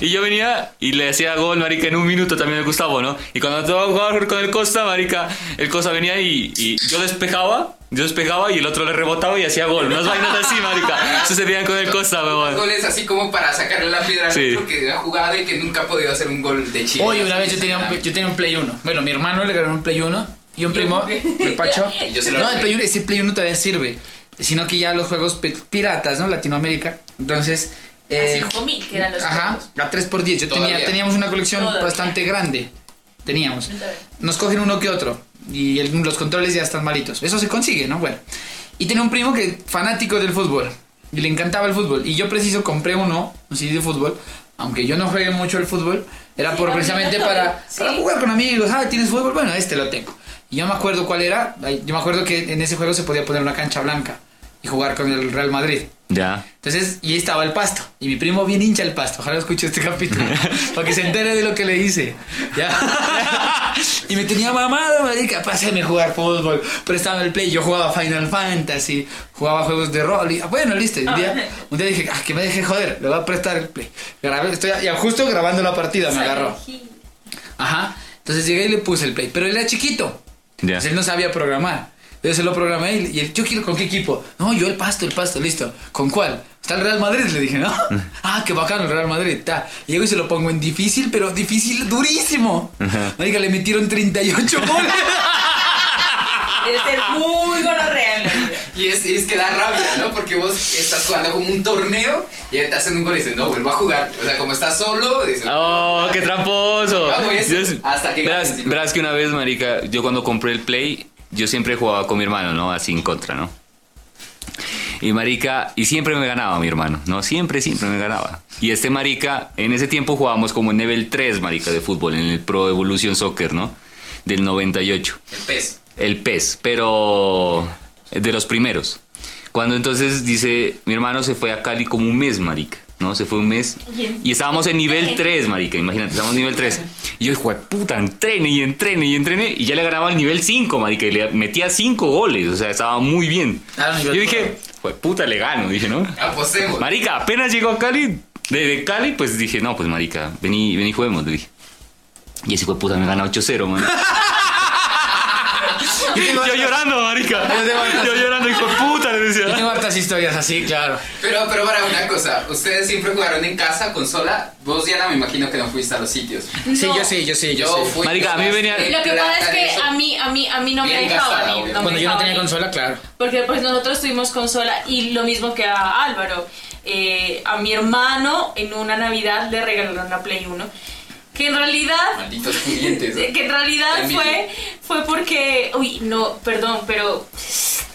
E: Y yo venía y le hacía gol, Marica, en un minuto también al Gustavo, ¿no? Y cuando estaba jugando con el Costa, Marica, el Costa venía y, y yo despejaba, yo despejaba y el otro le rebotaba y hacía gol. Unas vainas así, Marica. Sucedían con el Costa, weón.
D: Goles así como para sacarle la piedra
E: Sí.
D: al otro que ha jugado y que nunca ha podido hacer un gol de chile.
C: Oye, una vez yo tenía, un, yo tenía un Play 1. Bueno, mi hermano le ganó un Play 1 y un primo, el Pacho.
D: Y [LAUGHS] yo se lo
C: No, el
D: regalé.
C: Play 1, ese Play 1 todavía sirve. Sino que ya los juegos pi- piratas, ¿no? Latinoamérica. Entonces. eh,
B: A 5.000 que eran los
C: Ajá,
B: juegos.
C: a 3x10. Yo tenía,
D: Todavía.
C: teníamos una colección
B: Todavía.
C: bastante grande. Teníamos.
B: Todavía.
C: Nos cogen uno que otro. Y el- los controles ya están malitos. Eso se consigue, ¿no? Bueno. Y tenía un primo que fanático del fútbol. Y le encantaba el fútbol. Y yo preciso compré uno, un CD de fútbol. Aunque yo no juegue mucho el fútbol, era por
B: Sí,
C: precisamente
B: obligatorio.
C: para,
B: Sí.
C: para jugar con amigos. Ah, ¿tienes fútbol? Bueno, este lo tengo. Y yo me acuerdo cuál era. Ay, Yo me acuerdo que en ese juego se podía poner una cancha blanca y jugar con el Real Madrid.
E: Ya.
C: Entonces, y ahí estaba el pasto. Y mi primo bien hincha el pasto. Ojalá escuche este capítulo. para que se entere de lo que le hice. Ya. y me tenía mamado, marica. Pásame a jugar fútbol. Préstame el play. Yo jugaba Final Fantasy. Jugaba juegos de rol. Y, ah, bueno, listo. Un día, un día dije, ah, que me deje joder. Le voy a prestar el play. Grabé, estoy ya justo grabando la partida. Me agarró. Ajá. Entonces llegué y le puse el play. Pero él era chiquito.
E: Ya.
C: Entonces Pues él no sabía programar. Entonces se lo programé y, y el yo quiero con qué equipo. No, yo el pasto, el pasto, listo. ¿Con cuál? Está el Real Madrid, le [LAUGHS] dije, ¿no? ah, qué bacano el Real Madrid, ta. Y Llego y se lo pongo en difícil, pero difícil, durísimo. Marica, le metieron [LAUGHS] 38 goles.
B: Debe ser muy gonorrea en la
D: [LAUGHS]
B: vida.
D: Y es, y es que da rabia, ¿no? Porque vos estás jugando como un torneo y te hacen un gol y dices, no, vuelvo a jugar. O sea, como estás solo, dices,
E: ¡Oh, qué tramposo!
D: Ah, pues,
E: Yo es-
D: hasta que ganes,
E: verás,
D: digo.
E: verás que una vez, marica, yo cuando compré el Play, yo siempre jugaba con mi hermano, ¿no? Así en contra, ¿no? Y marica, y siempre me ganaba mi hermano, ¿no? Siempre, siempre me ganaba. Y este marica, en ese tiempo jugábamos como en nivel 3, marica, de fútbol, en el Pro Evolution Soccer, ¿no? Del 98.
D: el pez.
E: El pez, pero de los primeros. Cuando entonces dice, mi hermano se fue a Cali como un mes, marica. ¿No? Se fue un mes.
B: Bien.
E: Y estábamos en nivel 3, marica. Imagínate, estábamos en nivel 3. Y yo, hijo de puta, entrene y entrene y entrene. Y ya le ganaba el nivel 5, marica. Y le metía 5 goles. O sea, estaba muy bien.
C: Ah, nivel
E: yo dije,
C: cuatro.
E: hijo de puta, le gano. Dije, ¿no?
D: Apostemos.
E: Marica, apenas llegó a Cali, de, de Cali, pues dije, no, pues marica, vení, vení, juguemos, le dije. Y ese hijo de puta me gana
C: [LAUGHS]
E: 8-0, man. yo llorando, marica. Yo llorando, hijo de puta, le
C: Yo tengo hartas historias así, claro.
D: Pero, pero para una cosa, ustedes siempre jugaron en casa, consola. Vos, Diana, me imagino que no fuiste a los sitios.
C: Sí,
B: No.
C: yo sí, yo sí, yo,
D: Yo
C: sí.
D: fui.
E: Marica, a mí venía-
B: Lo que pasa es
D: plata de
B: que
D: eso.
B: a mí, a mí, a mí no me
D: Bien
B: dejaban
D: gastada,
B: ir.
D: obvio.
B: me
C: Cuando yo no
B: dejaban
C: tenía
B: ir.
C: consola, claro.
B: Porque pues nosotros tuvimos consola y lo mismo que a Álvaro. eh, a mi hermano en una Navidad le regalaron una Play 1. Que en realidad...
D: Malditos clientes. ¿no?
B: [LAUGHS] Que en realidad
D: Envidia.
B: fue, fue porque... Uy, no, perdón, pero...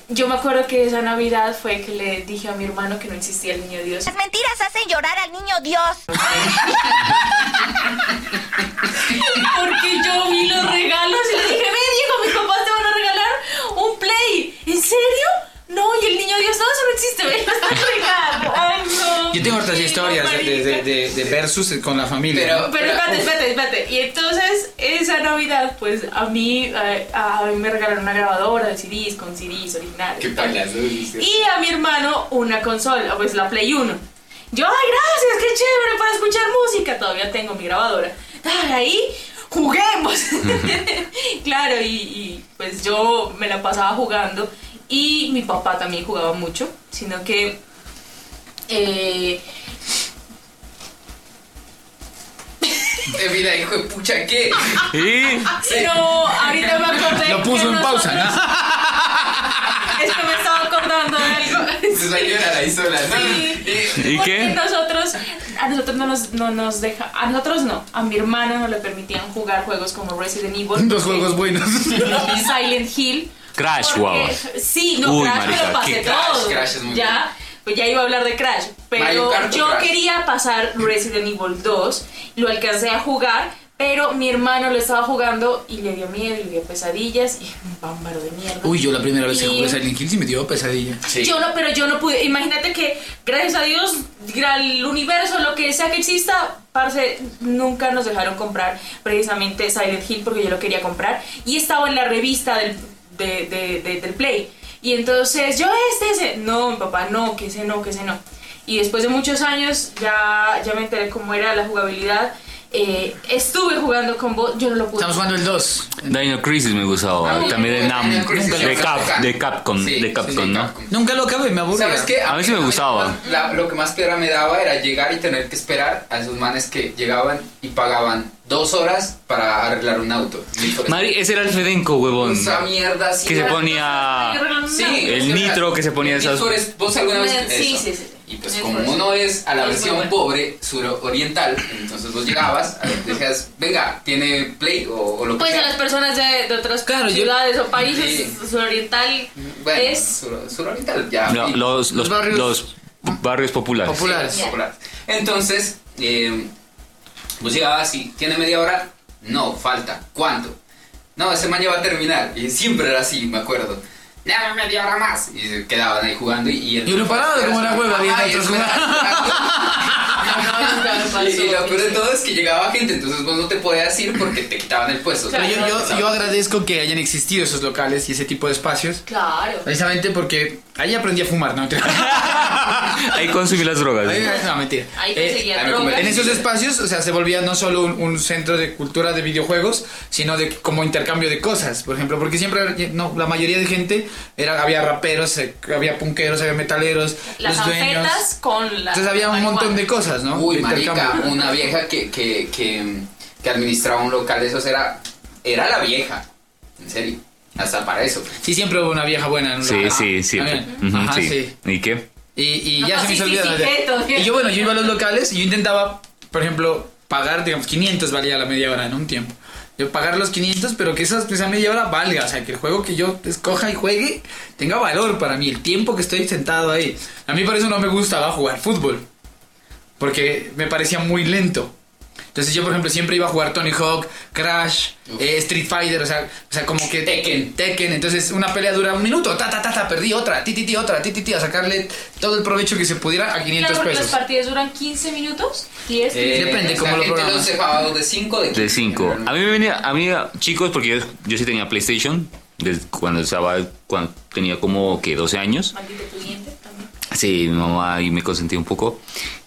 B: Yo me acuerdo que esa Navidad fue que le dije a mi hermano que no existía el niño Dios.
F: Las mentiras hacen llorar al niño Dios.
B: Porque yo vi los regalos y le dije, ve Diego, mis papás te van a regalar un play. ¿En serio? No, y el niño Dios, no, eso no existe, [LAUGHS] ve, lo están regalando. Ay, no.
C: Yo tengo hartas
B: Sí,
C: historias
B: no,
C: de, de-
B: marica.
C: de- de versus con la familia.
D: Pero-
C: ¿no?
B: Pero espérate, espérate, espérate. Y entonces, esa Navidad, pues a mí, eh, a mí me regalaron una grabadora de CDs con CDs originales.
D: Qué palas, ¿no? Dices,
B: Y a mi hermano una consola, pues la Play 1. Yo, ay, gracias, qué chévere para escuchar música. Todavía tengo mi grabadora. Dale ahí, juguemos. [LAUGHS] claro, y, y, pues yo me la pasaba jugando. Y mi papá también jugaba mucho, sino que. eh,
D: "Eh, mira, hijo de pucha, ¿qué?
B: [LAUGHS]
E: Sí.
B: sino ahorita me acordé.
C: Lo puso
B: que
C: en
B: nosotros-
C: pausa, ¿no?
B: Es que me estaba acordando de
C: [LAUGHS]
B: algo.
D: Se va a llorar ahí sola. ¿no?
B: Sí.
E: ¿Y
B: Porque
E: qué?
B: Nosotros, a nosotros no nos, no nos deja, a nosotros no, a mi hermana no le permitían jugar juegos como Resident Evil.
C: [LAUGHS] Dos juegos buenos.
B: y Silent Hill.
E: Crash,
B: porque-
E: guava.
B: Sí, no,
E: Uy,
B: Crash
E: marica,
B: me lo pasé
E: qué
D: Crash,
B: todo.
D: Crash es muy
B: ya,
D: bueno.
B: pues ya iba a hablar de Crash, pero
D: Mario Kart o
B: yo
D: Crash.
B: quería pasar Resident Evil 2, lo alcancé a jugar, pero mi hermano lo estaba jugando y le dio miedo, y le dio pesadillas y [LAUGHS] un bámbaro de mierda.
C: Uy, yo la primera vez que
B: Y-
C: jugué Silent Hill sí me dio pesadilla.
D: Sí.
B: Yo no, pero yo no pude. Imagínate que, gracias a Dios, al universo, lo que sea que exista, parce, nunca nos dejaron comprar precisamente Silent Hill porque yo lo quería comprar. Y estaba en la revista del, de- de- de- del Play. Y entonces yo, este, ese. No, mi papá, no, que ese no, que ese no. Y después de muchos años ya, ya me enteré cómo era la jugabilidad. Eh, estuve jugando con vos, yo no lo pude.
C: Estamos jugando el 2.
E: Dino Crisis me gustaba.
B: Ay,
E: También de
D: Dino
E: Nam.
D: Crisis.
E: De, Cap, de Capcom.
D: Sí,
E: de Capcom,
D: sí,
E: ¿no?
D: Capcom.
C: Nunca lo acabé, me aburría.
D: ¿Sabes qué?
E: A mí sí me gustaba.
D: la- lo que más piedra me daba era llegar y tener que esperar a esos manes que llegaban y pagaban dos horas para arreglar un auto.
E: Mari, ese era el Fedenco, huevón.
D: Esa mierda así.
E: Que se
D: era-
E: ponía.
D: Sí,
E: El
D: o sea,
E: nitro que se ponía
D: el
E: esas-
D: nitro es- ¿Vos alguna vez?
B: Sí,
D: eso.
B: sí, sí.
D: Y pues
B: Sí,
D: como
B: sí.
D: uno es a la
B: Es muy
D: versión
B: bueno.
D: pobre suroriental, entonces vos llegabas, a ver, decías, venga, ¿tiene play o, o lo que
B: Pues a
D: sea?
B: las personas de, de otras
C: Claro, yo-
B: ciudades o países
D: Sí.
B: suroriental
D: Bueno,
B: [LAUGHS] es
D: sur- suroriental, ya.
E: No,
D: y-
E: los, los,
C: Los barrios-
E: los barrios populares.
C: Populares. populares.
D: populares. Entonces, eh, vos llegabas y tiene media hora, no, falta, ¿cuánto? No, ese man ya va a terminar, y siempre era así, me acuerdo. Dame media hora más. Y se quedaban ahí jugando y... Y, el-
C: Y uno parado como una hueva, viendo
D: Ay,
C: otros
D: espera, [LAUGHS]
B: nunca me pasó.
D: Y, y lo peor de todo es que llegaba gente, entonces vos no te podías ir porque te quitaban el puesto.
C: Pero yo,
D: Entonces,
C: yo, yo agradezco que hayan existido esos locales y ese tipo de espacios.
B: claro.
C: Precisamente porque ahí aprendí a fumar, ¿no? [LAUGHS]
E: Ahí consumí las drogas.
C: Ahí- no, mentira.
B: Ahí
C: Eh,
B: conseguía
D: a ver,
B: drogas.
C: en esos espacios, o sea, se volvía no solo un, un centro de cultura de videojuegos, sino de como intercambio de cosas, por ejemplo, porque siempre, no, la mayoría de gente era, había raperos, eh, había punqueros, había metaleros,
B: Las
C: los dueños.
B: anfetas con las
C: Entonces había un montón de cosas, ¿no?
D: Uy,
C: De
D: marica,
C: intercambio.
D: una vieja que, que, que, que administraba un local de esos era, era la vieja, en serio, hasta para eso.
C: Sí, siempre hubo una vieja buena en un
E: Sí,
C: lugar.
E: sí, sí.
C: También.
E: Ujú,
C: Ajá,
E: sí.
C: sí.
E: ¿Y qué?
C: Y, y
B: No,
C: ya se me
B: sí,
C: hizo
B: sí,
C: olvidar.
B: sí,
C: la idea.
B: quieto, quieto.
C: y yo, bueno, yo iba a los locales y yo intentaba, por ejemplo, pagar, digamos, 500 valía la media hora en un tiempo. Yo pagar los 500, pero que esas- esa media hora valga. O sea, que el juego que yo escoja y juegue tenga valor para mí, el tiempo que estoy sentado ahí. A mí por eso no me gustaba jugar fútbol, porque me parecía muy lento. Entonces yo, por ejemplo, siempre iba a jugar Tony Hawk, Crash,
D: Uf.
C: eh, Street Fighter, o sea, o sea, como que...
D: Tekken.
C: Tekken, entonces una pelea dura un minuto, ta, ta, ta, ta, perdí otra, ti, ti, ti, otra, ti, ti, ti, a sacarle todo el provecho que se pudiera a 500
B: Claro, porque
C: pesos.
B: las partidas duran 15 minutos, 10
D: Eh,
C: Depende cómo
D: la
C: lo
D: gente
C: programas.
D: los dejaba de 5 de
E: De 5. A mí me venía, a mí, chicos, porque yo, yo sí tenía PlayStation, desde cuando estaba, cuando tenía como que 12 años.
B: Maldito cliente también.
E: Sí, mi mamá ahí me consentía un poco.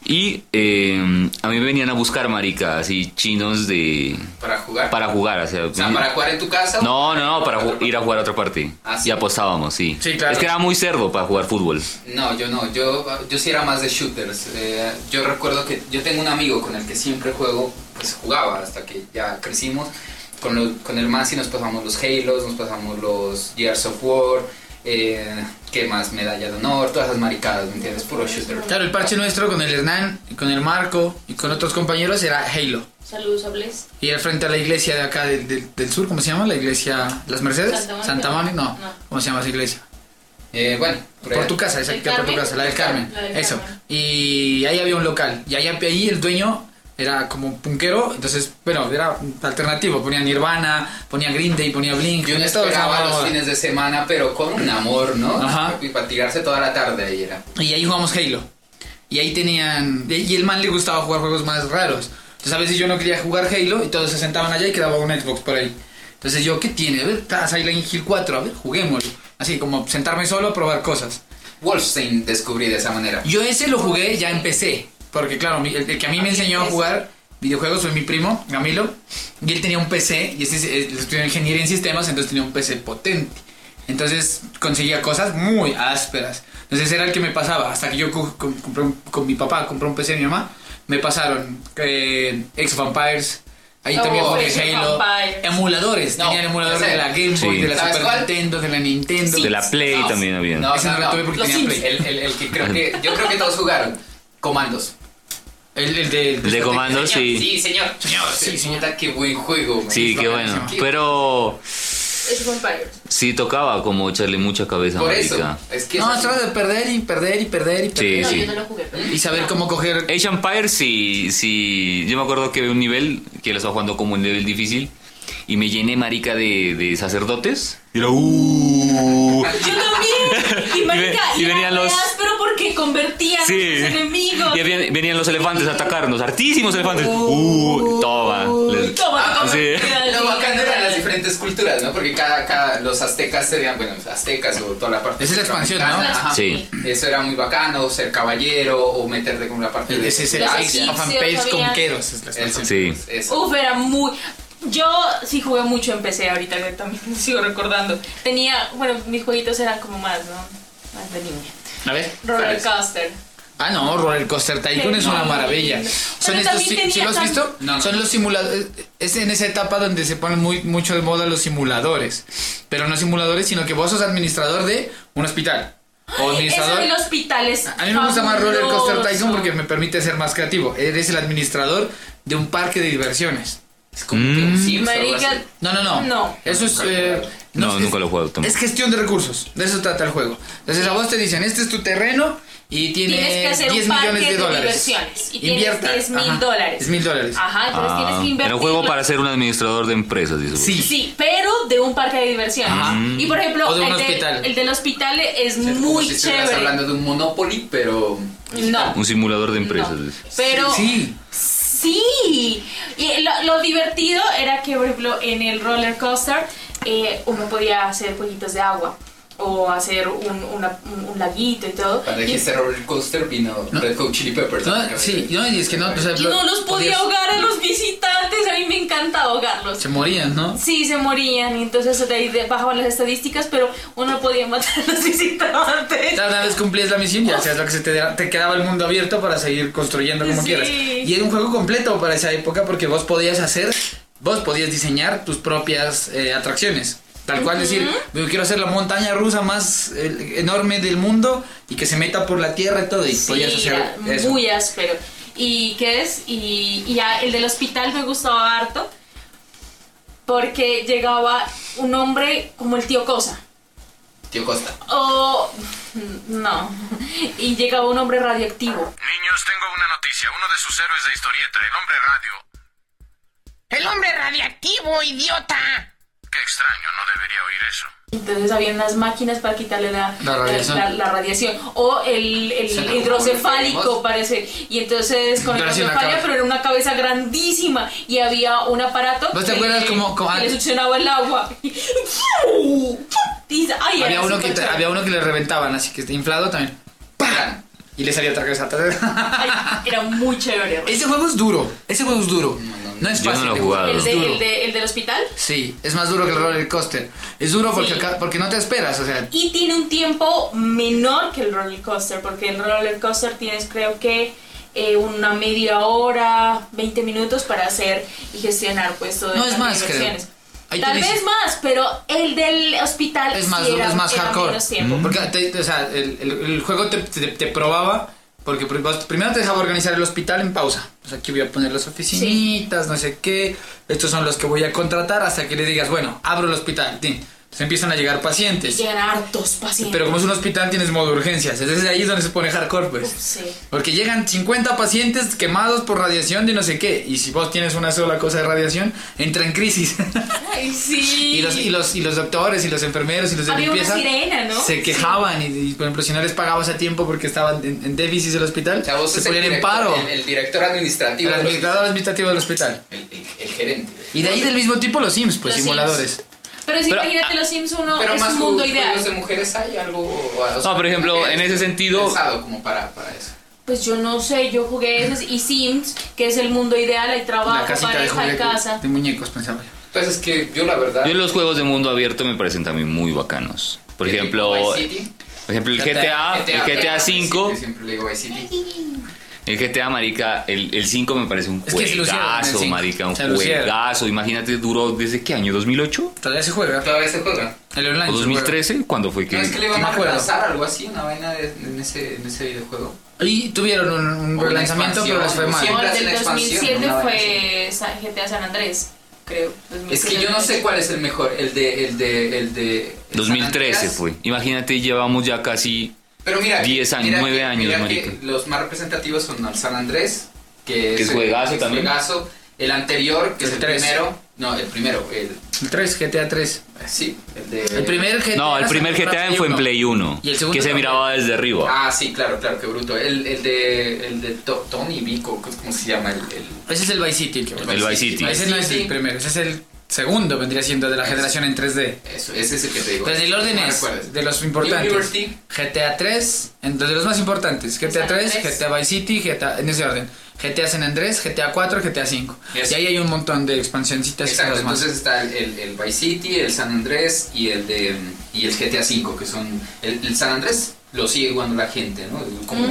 E: Y eh, a mí me venían a buscar, marica, así chinos de...
D: Para jugar.
E: Para jugar, o sea...
D: O sea, para jugar en tu casa.
E: No, no, no, para ju- ir a jugar a otra parte.
D: Ah, sí.
E: Y apostábamos, sí.
C: Sí, claro.
E: Es que era muy cerdo para jugar fútbol.
D: No, yo no, yo, yo sí era más de shooters. Eh, yo recuerdo que yo tengo un amigo con el que siempre juego, pues jugaba hasta que ya crecimos. Con, lo- con el Mansi nos pasamos los Halos, nos pasamos los Gears of War, eh, ¿qué más? Medalla de Honor, todas esas maricadas, ¿me entiendes? Puro shooter.
C: Claro, el parche nuestro con el Hernán, y con el Marco y con otros compañeros era Halo.
B: Saludos a Bless.
C: Y era frente a la iglesia de acá del- del- del sur, ¿cómo se llama? La iglesia Las Mercedes.
B: Santa Mónica.
C: Santa Mónica, no.
B: No.
C: ¿Cómo se llama esa iglesia?
D: Eh, bueno, por
C: Por
D: allá.
C: tu casa, esa
B: ¿El
C: que queda por tu
B: Carmen?
C: casa, la del Carmen.
B: La del
C: Eso.
B: Carmen.
C: Y ahí había un local. Y ahí, ahí el dueño era como punquero, entonces, bueno, era alternativo. Ponía Nirvana, ponía Green Day, ponía Blink.
D: Yo no
C: ponía todo,
D: esperaba
C: estaba-
D: los fines de semana, pero con un amor, ¿no?
C: Ajá.
D: Y para tirarse toda la tarde ahí era.
C: Y ahí jugamos Halo. Y ahí tenían. Y el man le gustaba jugar juegos más raros. Entonces a veces yo no quería jugar Halo y todos se sentaban allá y quedaba un Xbox por ahí. Entonces yo, ¿qué tiene? A ver, está Silent Hill 4, a ver, juguémoslo. Así como sentarme solo a probar cosas.
D: Wolfenstein descubrí de esa manera.
C: Yo ese lo jugué ya empecé. Porque claro, mi- el, el que a mí
D: Ah,
C: me enseñó a jugar videojuegos fue mi primo, Camilo. Y él tenía un PC, y este es- eh, estudió ingeniería en sistemas, entonces tenía un PC potente. Entonces conseguía cosas muy ásperas. Entonces era el que me pasaba. Hasta que yo cu- com- compré un- con mi papá, compré un PC de mi mamá, me pasaron eh, Ex Vampires. Ahí
B: Oh,
C: también jugué
B: Age of
C: Halo.
B: Vampires.
C: Emuladores.
D: No,
C: tenían emuladores
D: ese-
C: de la Game Boy,
E: Sí.
C: de la
D: ¿Sabes
C: Super
D: cuál?
C: Nintendo, de la Nintendo.
E: De la Play
D: No,
E: también había.
D: No,
C: Ese no
D: no,
C: lo
D: no.
C: tuve porque
B: Los
C: tenía
B: Sims.
C: Play.
D: El, el- el que creo que, yo creo que todos jugaron. Comandos.
C: El, el de,
E: El de comandos,
D: Señor,
E: sí.
D: señor. Señor, sí, señor. Puta, Qué buen juego. man.
E: Sí, qué bueno.
D: Qué-
E: Pero
B: Es Vampires.
E: sí tocaba como echarle mucha cabeza,
D: Por eso.
E: marica.
D: Es que
C: No,
D: es-
C: se trata de perder y perder y perder y
E: Sí,
C: perder.
B: No,
E: sí.
B: yo no lo jugué. pero-
C: Y saber cómo coger.
E: Age Empire, sí, sí. Yo me acuerdo que había un nivel que lo estaba jugando como un nivel difícil. Y me llené, marica, de, de sacerdotes. Y era,
B: [LAUGHS]
E: "Uh".
B: Yo también. Y, marica,
E: Y ve- y
B: era
E: venían
B: re
E: los-
B: áspero porque convertían
E: Sí.
B: a los enemigos.
E: Y habían- venían los elefantes a atacarnos, hartísimos elefantes. Uh, toma. Les-
B: Uy, toma, toma,
E: Sí.
B: mira,
D: Lo bacano eran las
B: mira.
D: diferentes culturas, ¿no? Porque cada, cada los aztecas serían, bueno, los aztecas o toda la parte.
C: Esa es la expansión, ¿no?
D: centroamericana, ajá.
E: Sí.
D: Eso era muy bacano, ser caballero o meterte con la parte de.
C: Ese es el
D: de
B: Asia.
C: Ace of
B: Sí,
C: Empires
B: sabía.
C: Conqueros. es la
D: Eso,
C: expresión.
E: Sí.
D: eso.
B: Uf, era muy. Yo sí jugué mucho en PC ahorita, que también [LAUGHS] sigo recordando. Tenía, bueno, mis jueguitos eran como más, ¿no? Más de niña.
C: A ver.
B: Roller coaster.
C: Ah, no, Roller Coaster Tycoon es una
B: No.
C: maravilla.
B: Pero
C: Son estos,
B: también
C: si,
B: tenía
C: si lo has
B: tan-
C: visto,
D: No, no.
C: son los simuladores. Es en esa etapa donde se ponen muy, mucho de moda los simuladores. Pero no simuladores, sino que vos sos administrador de un hospital. O
B: Eso
C: administrador.
B: del hospital es.
C: A mí me gusta más Roller Coaster
B: fabuloso.
C: Tycoon porque me permite ser más creativo. Eres el administrador de un parque de diversiones.
D: Es como que un
E: Mm.
D: Sims o algo
B: Marica,
D: así.
C: No, no, no.
B: No.
C: Eso es. eh,
E: No,
C: es-
E: nunca lo he jugado tampoco.
C: Es gestión de recursos. De eso trata el juego. Entonces a vos te dicen: Este es tu terreno y tiene
B: Tienes que hacer un
C: 10
B: parque
C: millones de
B: de
C: dólares.
B: diversiones y tienes 10.000
C: Ajá,
B: dólares.
C: 10 mil dólares.
B: Ajá, entonces tienes
E: Ah,
B: que invertir.
E: era un juego para ser un administrador de empresas, dice.
C: Sí.
B: Sí, pero de un parque de diversiones.
C: Ajá.
B: Y por ejemplo,
C: O de un
B: el,
C: hospital.
B: el del hospital es
D: Es como
B: muy
D: si estuvieras
B: chévere.
D: hablando de un Monopoly, pero.
B: No.
E: Un simulador de
B: No,
E: empresas. dice.
B: Pero
C: Sí.
B: Sí, y lo, lo divertido era que, por ejemplo, en el roller coaster eh, uno podía hacer jueguitos de agua o hacer un, una- un- un laguito y todo.
D: Cuando
B: Y,
D: dijiste Roller Coaster vino
C: No.
D: Red Hot Chili Peppers.
C: No, sí, no, y es que no. o sea,
B: y no los podía
C: podías-
B: ahogar a los visitantes, a mí me encanta ahogarlos.
C: Se morían, ¿no?
B: Sí, se morían y entonces de ahí de- bajaban las estadísticas, pero uno podía matar a los [LAUGHS] visitantes.
C: Cada
B: [LAUGHS]
C: vez cumplías la misión y hacías lo que se te, diera- te quedaba el mundo abierto para seguir construyendo como
B: Sí.
C: quieras. Y era un juego completo para esa época porque vos podías hacer, vos podías diseñar tus propias eh, atracciones. Tal cual decir, yo quiero hacer la montaña rusa más eh, enorme del mundo y que se meta por la tierra y todo. Y
B: Sí,
C: podías hacer
B: era
C: eso.
B: muy áspero. ¿Y qué es? Y, y ya el del hospital me gustaba harto porque llegaba un hombre como el tío Cosa.
D: Tío Costa.
B: O. No. Y llegaba un hombre radioactivo.
G: Niños, tengo una noticia. Uno de sus héroes de historieta, el hombre radio.
F: El hombre radiactivo, idiota.
G: Qué extraño, no debería oír eso.
B: Entonces había unas máquinas para quitarle la,
C: La radiación.
B: la- la radiación. O el, el
D: Suena como
B: hidrocefálico,
D: Volvemos.
B: parece. Y entonces con
C: Pero sí, una
B: hidrocefalia,
C: cabeza.
B: pero era una cabeza grandísima. Y había un aparato.
C: ¿Vos te
B: que-
C: acuerdas cómo- cómo-
B: que le succionaba el agua. [LAUGHS] Y- y- ay,
C: Había
B: era
C: uno, que
B: súper
C: te-
B: chévere.
C: había uno que le reventaban, así que está inflado también. ¡Pam! Y le salía otra cosa atrás. [LAUGHS]
B: Ay, era muy chévere. güey.
C: Ese juego es duro. Ese juego es duro. No es
E: Yo no
C: fácil.
E: lo he
C: de
E: jugado.
C: jugar,
B: El,
C: [LAUGHS] es
B: de-
C: duro.
B: el de- el del hospital.
C: Sí, es más duro que el roller coaster. Es duro porque,
B: Sí.
C: acá- porque no te esperas, o sea.
B: Y tiene un tiempo menor que el roller coaster, porque el roller coaster tienes creo que eh, una media hora, 20 minutos para hacer y gestionar pues todo
C: No,
B: el parque
C: es
B: de
C: más, creo.
B: diversiones.
C: Ahí
B: Tal
C: tienes-
B: vez más, pero el del hospital
C: Es más,
B: sí
C: duro,
B: era-
C: es más
B: era
C: hardcore. Mm.
B: menos tiempo.
C: Porque te- te- o sea, el, el- el juego te, te- te probaba. Porque pr- vos- primero te dejaba organizar el hospital en pausa. O sea, aquí voy a poner las oficinitas, no sé qué. Estos son los que voy a contratar hasta que le digas, bueno, abro el hospital. tin. Entonces empiezan a llegar
B: Y
C: pacientes.
B: llegan hartos pacientes.
C: Pero como es un hospital, tienes modo urgencias. Entonces ahí es donde se pone hardcore, pues.
B: Sí.
C: Porque llegan 50 pacientes quemados por radiación de no sé qué. Y si vos tienes una sola cosa de radiación, entra en crisis. [LAUGHS]
B: Ay, sí.
C: y, los, y, los, y los doctores y los enfermeros y los de
B: Había una
C: limpieza
B: sirena, ¿no?
C: se quejaban. Y, y, por ejemplo, si no les pagabas a tiempo porque estaban en, en déficit del hospital,
D: O sea, vos
C: se
D: sos el
C: ponían en
D: director-
C: paro.
D: El, el director administrativo.
C: El
D: del
C: administrador administrativo del hospital.
D: hospital. El- el- el gerente.
C: Y de ahí del mismo tipo los Sims, pues
B: Los
C: simuladores.
B: Sims. Pero sí,
E: Pero-
B: imagínate,
C: ah,
B: los Sims uno
D: Pero
B: es
D: más
B: un mundo
D: juegos-
B: ideal.
D: juegos
C: pues,
D: de mujeres hay algo.
E: No, por ejemplo, en ese sentido-
D: Pensado como para, para eso.
B: Pues yo no sé, yo jugué esos y Sims, que es el mundo ideal, hay
C: La
B: trabajo,
C: casita de,
B: pareja, hay
C: juguete-
B: casa.
C: de muñecos, pensaba yo.
D: Pues es que yo, la verdad.
E: Yo los juegos de mundo abierto me parecen también muy bacanos. Por ejemplo,
D: Vice
E: por
D: City.
E: ejemplo el GTA, el GTA 5,
D: Yo siempre le digo Vice City.
E: el GTA marica, el, el 5 me parece un
C: Es que se lucieron en el
E: juegazo,
C: 5.
E: marica, un
C: Se lucieron.
E: juegazo. Imagínate, duró desde qué año, 2008
C: Todavía se juega.
D: Todavía se juega.
C: El online.
E: o
C: se juega.
E: 2013, cuando fue que
D: No es que le
C: no
D: van
C: me
D: a
C: acuerdo.
D: relanzar algo así, una vaina de- en, ese, en ese videojuego.
C: Y tuvieron un, un
D: O una
C: relanzamiento, pero les fue
D: expansión,
C: mal.
B: No,
D: Siempre
B: el
D: hacen
B: del
D: expansión,
B: 2007
D: una
B: fue Sa- GTA San Andrés, creo.
D: Es que yo no sé cuál es el mejor, el de el de el de el San
E: 2013
D: Andreas.
E: fue. Imagínate, llevamos ya casi
D: Pero mira,
E: 10 años,
D: mira
E: nueve
D: que-
E: años,
D: mira
E: marica.
D: que los más representativos son el San Andrés, que
E: Que es juegazo
D: es
E: también.
D: juegazo. el anterior, que
C: El
D: es el
C: tres.
D: primero, no, el primero, el
C: El 3, GTA 3.
D: sí, el de
C: El primer GTA.
E: No, el primer
C: salió para
E: GTA fue en
C: uno.
E: Play 1,
C: Y el segundo
E: que se
C: también.
E: miraba desde arriba.
D: Ah, sí, claro, claro, qué bruto. El, el de el de To- Tony Vico, ¿cómo se llama? El, el-
C: Ese es el Vice City. el que-
E: El Vice City.
C: Ese no es el primero, ese es el segundo, vendría siendo de la generación en 3D.
D: Eso, ese es el que te digo.
C: Entonces el orden
D: No me
C: es
D: acuerdo.
C: de los
D: Liberty.
C: importantes. GTA 3, entonces de los más importantes. GTA 3,
B: San Andrés.
C: GTA Vice City, GTA, en ese orden. GTA San Andrés, GTA 4, GTA 5.
D: Yes.
C: Y ahí hay un montón de expansioncitas y
D: Exacto,
C: cosas más.
D: entonces está el, el, el Vice City, el San Andrés y el de y el GTA V, que son el, el San Andrés lo sigue jugando la gente, ¿no? Como-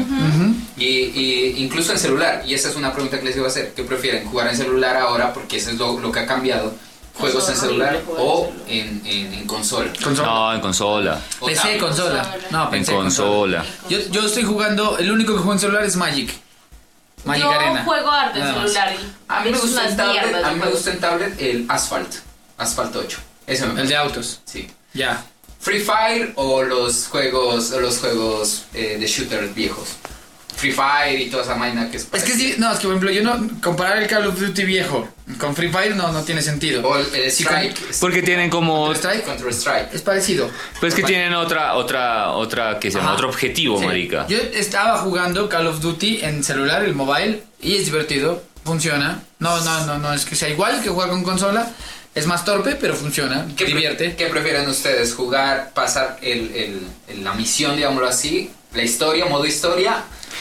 D: y, y incluso en celular, y esa es una pregunta que les iba a hacer, ¿qué prefieren jugar en celular ahora? Porque eso es lo, lo que ha cambiado, juegos en
B: horrible
D: celular
B: jugar en
D: o
B: celular.
D: en, en, en consola.
C: Ah, Consola.
E: No, en consola.
D: O
C: PC,
D: tablet.
C: consola. No,
E: En
C: pensé
E: consola.
C: Yo, yo estoy jugando, el único que juego en celular es Magic. Magic
B: Yo
C: Arena.
B: juego arte en
C: Nada más.
B: celular.
D: A mí me gusta en tablet, a mí me gusta
B: gusta
D: en tablet el Asphalt, Asphalt 8. Ese me
C: El de
D: gusta.
C: autos.
D: Sí.
C: Ya.
D: Free Fire o los juegos o los juegos eh, de shooter viejos. Free Fire y toda esa vaina que es.
C: Es que
D: parecida.
C: sí, no, es que por ejemplo, yo no. Comparar el Call of Duty viejo con Free Fire no, no tiene sentido.
D: O el, el
C: Sí,
D: Strike.
E: Porque tienen como
C: Strike
D: Contra Strike.
C: es parecido.
E: pues que
C: Vale.
E: tienen otra otra otra que se llama
C: Ajá.
E: otro objetivo,
C: Sí.
E: marica.
C: Yo estaba jugando Call of Duty en celular, el mobile, y es divertido, funciona. No, no, no, no, es que sea igual que jugar con consola. Es más torpe, pero funciona.
D: ¿Qué pre-
C: divierte.
D: ¿Qué prefieren ustedes? ¿Jugar, pasar el, el- el- la misión, digámoslo así? ¿La historia, modo historia?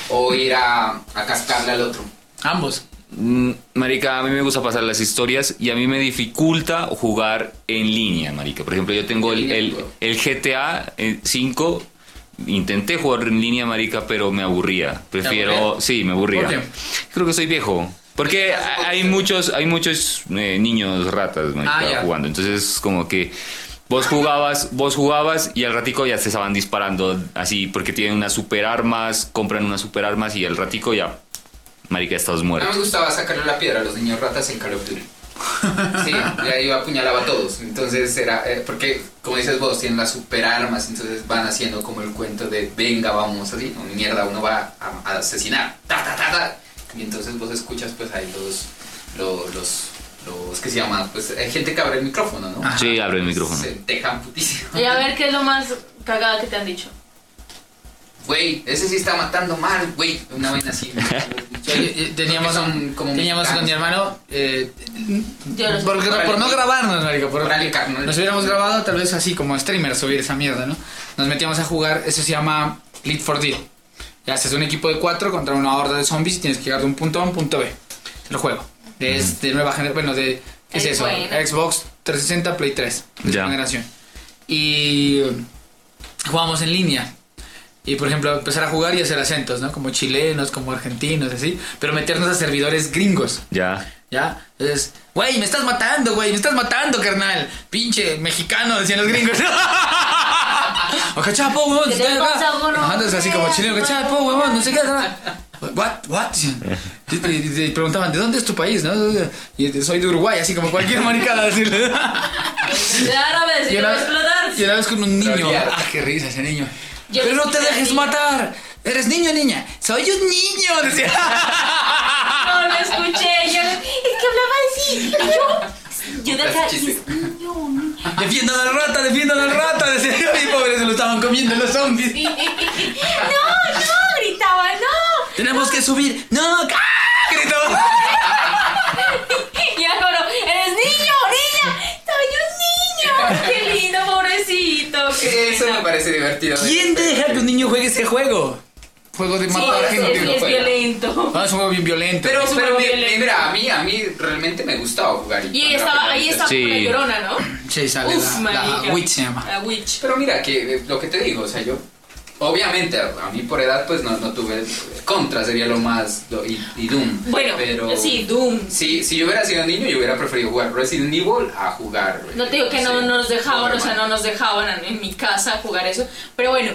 D: ¿O ir a, a cascarle al otro?
C: Ambos.
E: Mm, Marica, a mí me gusta pasar las historias y a mí me dificulta jugar en línea, marica. Por ejemplo, yo tengo el, el, el GTA 5, eh, intenté jugar en línea, marica, pero me aburría. Prefiero,
C: aburría?
E: sí, me aburría.
C: ¿Por qué?
E: Creo que soy viejo. Porque hay muchos, hay muchos eh, niños ratas, marica,
C: Ah, ya.
E: jugando. Entonces, como que vos jugabas, vos jugabas y al ratico ya se estaban disparando así porque tienen unas super armas, compran unas super armas y al ratico ya, marica, estás
D: A
E: muerto.
D: mí me gustaba sacarle la piedra a los niños ratas en Call of Duty. Sí, ya yo apuñalaba a todos. Entonces era. eh, porque, como dices vos, tienen las super armas. Entonces van haciendo como el cuento de venga, vamos así. No, mierda, uno va a, a asesinar. Ta, ta, ta, ta. Y entonces vos escuchas, pues ahí los. Los. Los, los que se llaman. Pues hay gente que abre el micrófono, ¿no?
E: Sí, abre el micrófono.
D: Se dejan putísimo.
B: Y a ver qué es lo más cagada que te han dicho.
D: Güey, ese sí está matando mal, güey. Una vaina así.
C: [LAUGHS] Yo- yo- eh, [LAUGHS] Teníamos,
D: Creo que son
C: un-
D: como
C: teníamos con mi
D: mexicanos.
C: hermano. eh,
B: Yo los-
C: por,
D: Órale.
C: por no grabarnos, marica, por-
D: Órale, carnal.
C: nos hubiéramos grabado tal vez así como streamer subir esa mierda, ¿no? Nos metíamos a jugar, eso se llama Lead for Deal. Y haces un equipo de cuatro contra una horda de zombies y tienes que llegar de un punto A a un punto B. Te lo juego. Es de nueva generación. Bueno, de. ¿Qué es
B: Ay,
C: eso?
B: bueno.
C: Xbox 360, Play 3. De esa
E: Ya.
C: generación. Y. mm, Jugamos en línea. Y por ejemplo, empezar a jugar y hacer acentos, ¿no? Como chilenos, como argentinos, así. Pero meternos a servidores gringos.
E: Ya.
C: ¿Ya? Entonces, güey, me estás matando, güey, me estás matando, carnal. Pinche mexicano, decían los gringos. [LAUGHS] Oca chapo, huevón.
A: ¿Qué te
C: ustedes,
A: pasa,
C: va.
A: mono?
C: Ajá, entonces así como chileno, oca chapo, huevón, no sé qué. ¿verdad? What, what? decían. Y te- y te preguntaban, ¿de dónde es tu país? ¿No? Y te- soy de Uruguay, así como cualquier
B: [LAUGHS]
C: maricada. así.
B: Árabe,
C: Y
B: si lo
C: una,
B: voy a explotar.
C: y una vez con un niño.
D: Gloria.
C: Ah, qué risa ese niño.
B: Yo
C: Pero no
B: sí
C: te
B: era
C: dejes
B: niña.
C: matar. Eres niño, niña. Soy un niño. Decía. [LAUGHS]
B: No
D: Ah.
B: lo
D: [LAUGHS]
B: escuché. Yo, es que hablaba así. Y yo, yo de acá, y es niño.
C: Defiendan al rata, defiendan al rata. Decía, y pobre, se lo estaban comiendo los zombies.
B: No, [LAUGHS] no, gritaba, no.
C: Tenemos que subir. No, ¡ah! gritó.
B: Y ahora, eres niño, niña. Soy un
D: [LAUGHS]
B: niño. Qué lindo, pobrecito. Qué
D: Eso me
B: lindo.
D: parece divertido.
C: ¿Quién deja que un niño juegue ese juego? Juego de
B: Sí,
C: matar
B: sí,
C: gente.
B: sí, es
C: [LAUGHS]
B: violento.
C: Ah, es un juego bien violento.
D: Pero,
B: Es un
D: pero
B: juego
D: mi-
B: violento.
D: mira, a mí, a mí realmente me gustaba jugar.
B: Y ahí estaba, ahí estaba
E: Sí.
B: la llorona, ¿no?
C: sí, sale
B: Uf,
C: la, la
B: marica.
C: Witch se llama.
B: La witch.
D: Pero mira, que eh, lo que te digo, o sea, yo. Obviamente, a a mí por edad, pues no, no tuve. Contra sería lo más. lo- y, y Doom.
B: Bueno,
D: pero.
B: sí, Doom.
D: Si, si yo hubiera sido niño, yo hubiera preferido jugar Resident Evil a jugar. eh,
B: No te digo que no
D: sé,
B: nos dejaban, o sea,
D: Bomberman.
B: no nos dejaban en- en mi casa jugar eso. Pero bueno,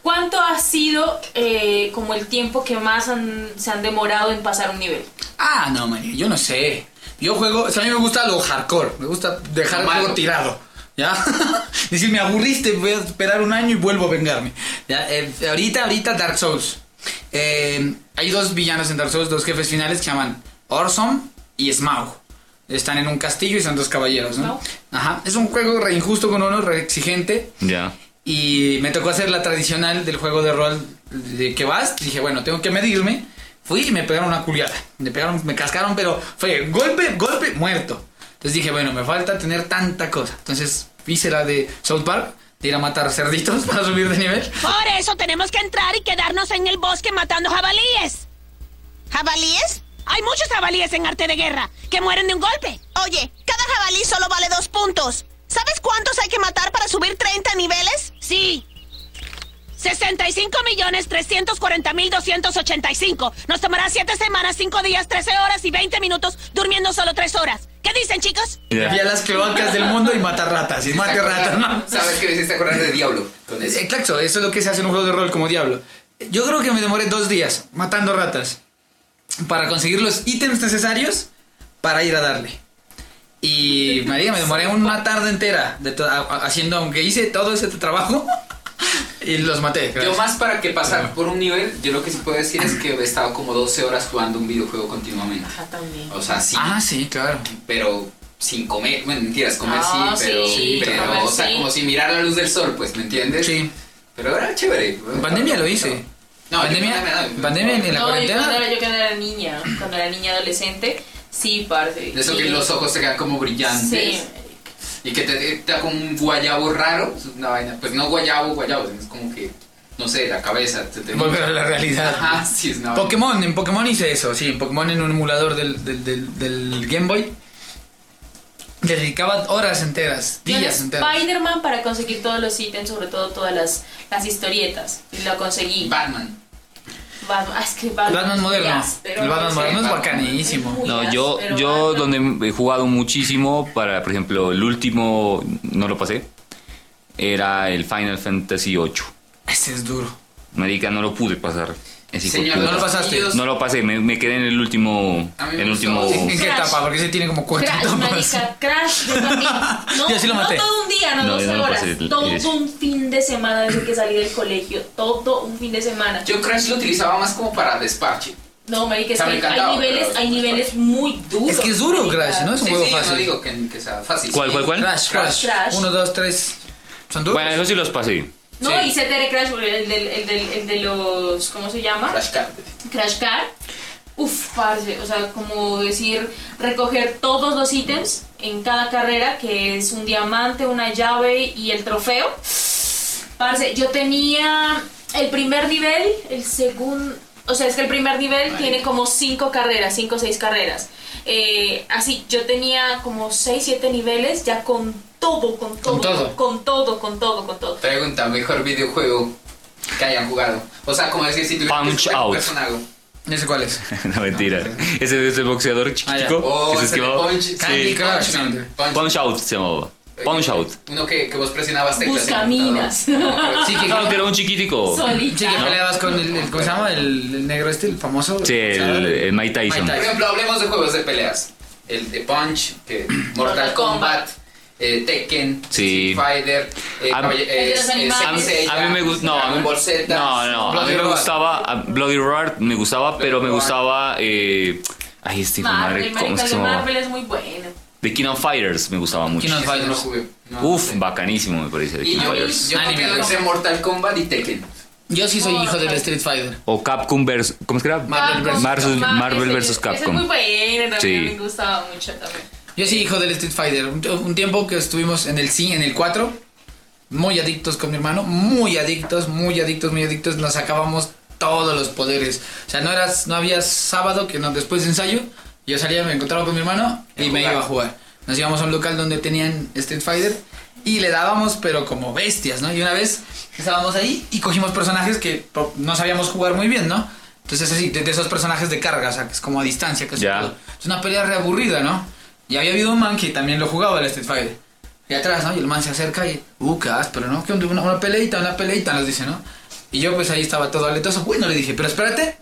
B: ¿cuánto ha sido eh, como el tiempo que más han- se han demorado en pasar un nivel?
C: Ah, no, man, yo no sé. Yo juego, o sea, a mí me gusta lo hardcore. Me gusta dejar el
D: Malo.
C: juego tirado. ¿Ya? [LAUGHS] Decir, me aburriste, voy a esperar un año y vuelvo a vengarme. ¿Ya? Eh, ahorita, ahorita Dark Souls. Eh, hay dos villanos en Dark Souls, dos jefes finales que se llaman Orson y Smaug. Están en un castillo y son dos caballeros, ¿no?
B: Smaug.
C: Ajá. Es un juego re injusto con uno, re exigente.
E: Ya.
C: Y me tocó hacer la tradicional del juego de rol de que vas. Dije, bueno, tengo que medirme. Fui y me pegaron una culiada. Me pegaron, me cascaron, pero fue golpe, golpe, muerto. Entonces dije, bueno, me falta tener tanta cosa. Entonces hice la de South Park, de ir a matar cerditos [LAUGHS] para subir de nivel.
D: [LAUGHS]
H: Por eso tenemos que entrar y quedarnos en el bosque matando jabalíes.
I: ¿Jabalíes?
H: Hay muchos jabalíes en arte de guerra que mueren de un golpe.
I: Oye, cada jabalí solo vale dos puntos. ¿Sabes cuántos hay que matar para subir 30 niveles?
H: Sí. 65.340.285. Nos tomará 7 semanas, 5 días, 13 horas y 20 minutos, durmiendo solo 3 horas. ¿Qué dicen, chicos?
C: Me fui a las cloacas del mundo y matar ratas. Y mate ratas, ¿no?
D: Sabes que me hiciste acordar de Diablo con eso.
C: Exacto, eso es lo que se hace en un juego de rol como Diablo. Yo creo que me demoré dos días matando ratas para conseguir los ítems necesarios para ir a darle. Y María, me demoré una tarde entera de to- a- a- haciendo, aunque hice todo ese trabajo [LAUGHS] y los maté.
D: Yo
C: gracias.
D: más para que pasar por un nivel, yo lo que sí puedo decir es que he estado como 12 horas jugando un videojuego continuamente.
B: también.
D: O sea, sí,
C: Ah, sí, claro.
D: pero sin comer, bueno, mentiras, comer
B: Ah,
D: sí, pero,
B: sí,
D: pero,
B: comer
D: o sea,
B: sí.
D: como si mirar la luz del sol, pues, ¿me entiendes?
C: Sí.
D: Pero era chévere.
C: En pandemia lo hice.
D: No, yo
C: pandemia,
D: pandemia no.
C: pandemia en
B: No,
C: la
B: yo
C: cuarentena.
B: cuando, era, yo cuando era niña, cuando era niña adolescente, sí, parce.
D: De eso
B: sí.
D: que los ojos se quedan como brillantes.
B: Sí,
D: Y que te te da como un guayabo raro, es una vaina. Pues no guayabo, guayabo, es como que, no sé, la cabeza. Te, te-
C: Volver a la realidad.
D: Ajá, sí, es una vaina.
C: Pokémon, en Pokémon hice eso, sí, en Pokémon en un emulador del, del, del- del Game Boy. Le dedicaba horas enteras,
B: Yo en
C: días enteros.
B: Spider-Man para conseguir todos los ítems, sobre todo todas las, las historietas. Y lo conseguí.
D: Batman.
B: Batman, ah, es que
C: El
B: Batman,
C: Batman
B: es
C: moderno.
B: áspero,
C: El Batman
B: no sé.
C: moderno es
D: Batman.
C: bacanísimo.
E: No,
B: Uy,
E: yo,
B: pero
E: yo
B: Batman.
E: donde he jugado muchísimo, para, por ejemplo, el último, no lo pasé, era el Final Fantasy VIII.
C: Ese es duro.
E: Marica, no lo pude pasar. Es hijo de
D: Señor,
E: puta.
C: no lo pasaste.
E: No lo pasé, me, me quedé en el último.
D: A mí me
E: El
D: gustó.
E: último.
C: ¿En qué
B: Crash.
C: etapa? Porque ese tiene como cuatro
B: Crash,
C: etapas.
B: marica, Crash, yo
C: [LAUGHS]
B: también. No,
C: Yo sí lo maté.
B: no todo un día, no,
E: No,
B: dos
E: yo no lo
B: horas.
E: pasé el-
B: todo
E: el-
B: un fin de semana desde que salí del colegio. Todo un fin de semana.
D: Yo Crash lo utilizaba más como para despache.
B: no, marica, es
D: O sea,
B: que
D: me
B: hay
D: encantaba,
B: niveles,
D: pero-
B: hay niveles muy duros.
C: Es que es duro
B: marica.
C: Crash, ¿no? Es un
D: Sí,
C: juego
D: sí, yo no
C: fácil.
D: digo que, que sea fácil.
E: ¿Cuál,
D: Sí.
E: cuál, cuál?
C: Crash, Crash.
B: Crash.
C: Uno, dos, tres. ¿Son duros?
E: Bueno, eso sí los pasé. [LAUGHS]
B: No,
D: Sí.
B: y se Crash, el, del- el del- el de los, ¿cómo se llama?
D: Crash Card.
B: Crash Car. Uf, parce, o sea, como decir, recoger todos los ítems en cada carrera, que es un diamante, una llave y el trofeo. Parce, yo tenía El primer nivel, el segundo. O sea, es que el primer nivel tiene como cinco carreras, cinco o seis carreras. Eh, así, yo tenía como seis, siete niveles ya con todo, con todo,
C: Con todo.
B: con todo, con todo, con todo.
D: Pregunta, mejor videojuego que hayan jugado. O sea, como decir si tuvieran que
E: Punch
D: escoger un
E: Out.
D: personaje.
C: ¿Ese cuál
E: [LAUGHS]
C: es?
E: no, mentira. Ese es el boxeador chiquito.
C: Ah, ya.
D: Oh,
E: que se
D: ese de
E: esquivaba.
D: Punch,
E: Sí.
C: Candy Crush.
D: Punch,
E: Punch Out se llamaba. Punch Out.
D: Uno que, que vos presionabas teclas. en la
B: Buscaminas.
D: computadora. No,
C: Sí,
E: [LAUGHS]
C: que,
E: Claro, que
C: sí,
E: era un chiquitico.
C: que
B: Solita.
C: peleabas con el, el- ¿cómo se llama? El, el negro este, el famoso.
E: Sí, el, el Mike Tyson.
D: Por ejemplo, hablemos de juegos de peleas. El de Punch,
E: [CLEARS THROAT]
D: que Mortal
B: Mortal
D: Kombat,
B: Kombat.
D: eh, Tekken,
E: Sí.
D: Street Fighter, eh,
E: A-
D: Caball- eh,
B: El de los
D: eh,
B: animales.
E: A mí,
D: Saint Seiya,
E: a mí me gustaba. No, a
D: Dragon
E: mí,
D: Ball Z,
E: no, no, a mí
D: Bloody
E: me
D: Roar.
E: gustaba. a- Bloody Roar me gustaba, pero me
D: Roar.
E: gustaba. Eh, ay, este madre,
B: Marvel,
E: ¿cómo
B: marica,
E: es que
B: el
E: se
B: de
E: llamaba?
B: Marvel es muy bueno.
E: The King of Fighters me gustaba mucho.
C: King of
D: Ese no lo
C: Fighters.
D: jugué. No,
E: Uf,
D: no sé.
E: bacanísimo me parece The
D: Y
E: King of
D: yo,
E: Fighters.
D: yo me
C: Anime,
D: quedo
C: ¿no?
D: entre Mortal Kombat y Tekken.
C: Yo sí
B: Oh,
C: soy hijo del Street Fighter.
E: O Capcom versus. ¿Cómo es que era?
C: Marvel versus-
E: Marvel,
B: Capcom.
E: Marvel
B: Ese-
E: versus
B: ese Es muy
E: Capcom.
B: bueno, también
E: Sí.
B: me gustaba mucho también.
C: Yo sí, hijo del Street Fighter. Un, un tiempo que estuvimos en el sí, en el 4, muy adictos con mi hermano, muy adictos, muy adictos, muy adictos. Nos sacábamos todos los poderes. O sea, no, eras, no había sábado que no, después de ensayo, yo salía, me encontraba con mi hermano y me iba a jugar. Nos íbamos a un local donde tenían Street Fighter y le dábamos, pero como bestias, ¿no? Y una vez estábamos ahí y cogimos personajes que po- no sabíamos jugar muy bien, ¿no? Entonces, así, de, de esos personajes de carga, o sea, que es como a distancia, que es
E: Ya.
C: todo. Es una pelea reaburrida, ¿no? Y había habido un man que también lo jugaba el Street Fighter. Y atrás, ¿no? Y el man se acerca y, uh, qué áspero, ¿no? Que una, una peleita, una peleita, nos dice, ¿no? Y yo, pues ahí estaba todo aletoso. Bueno, le dije, pero espérate,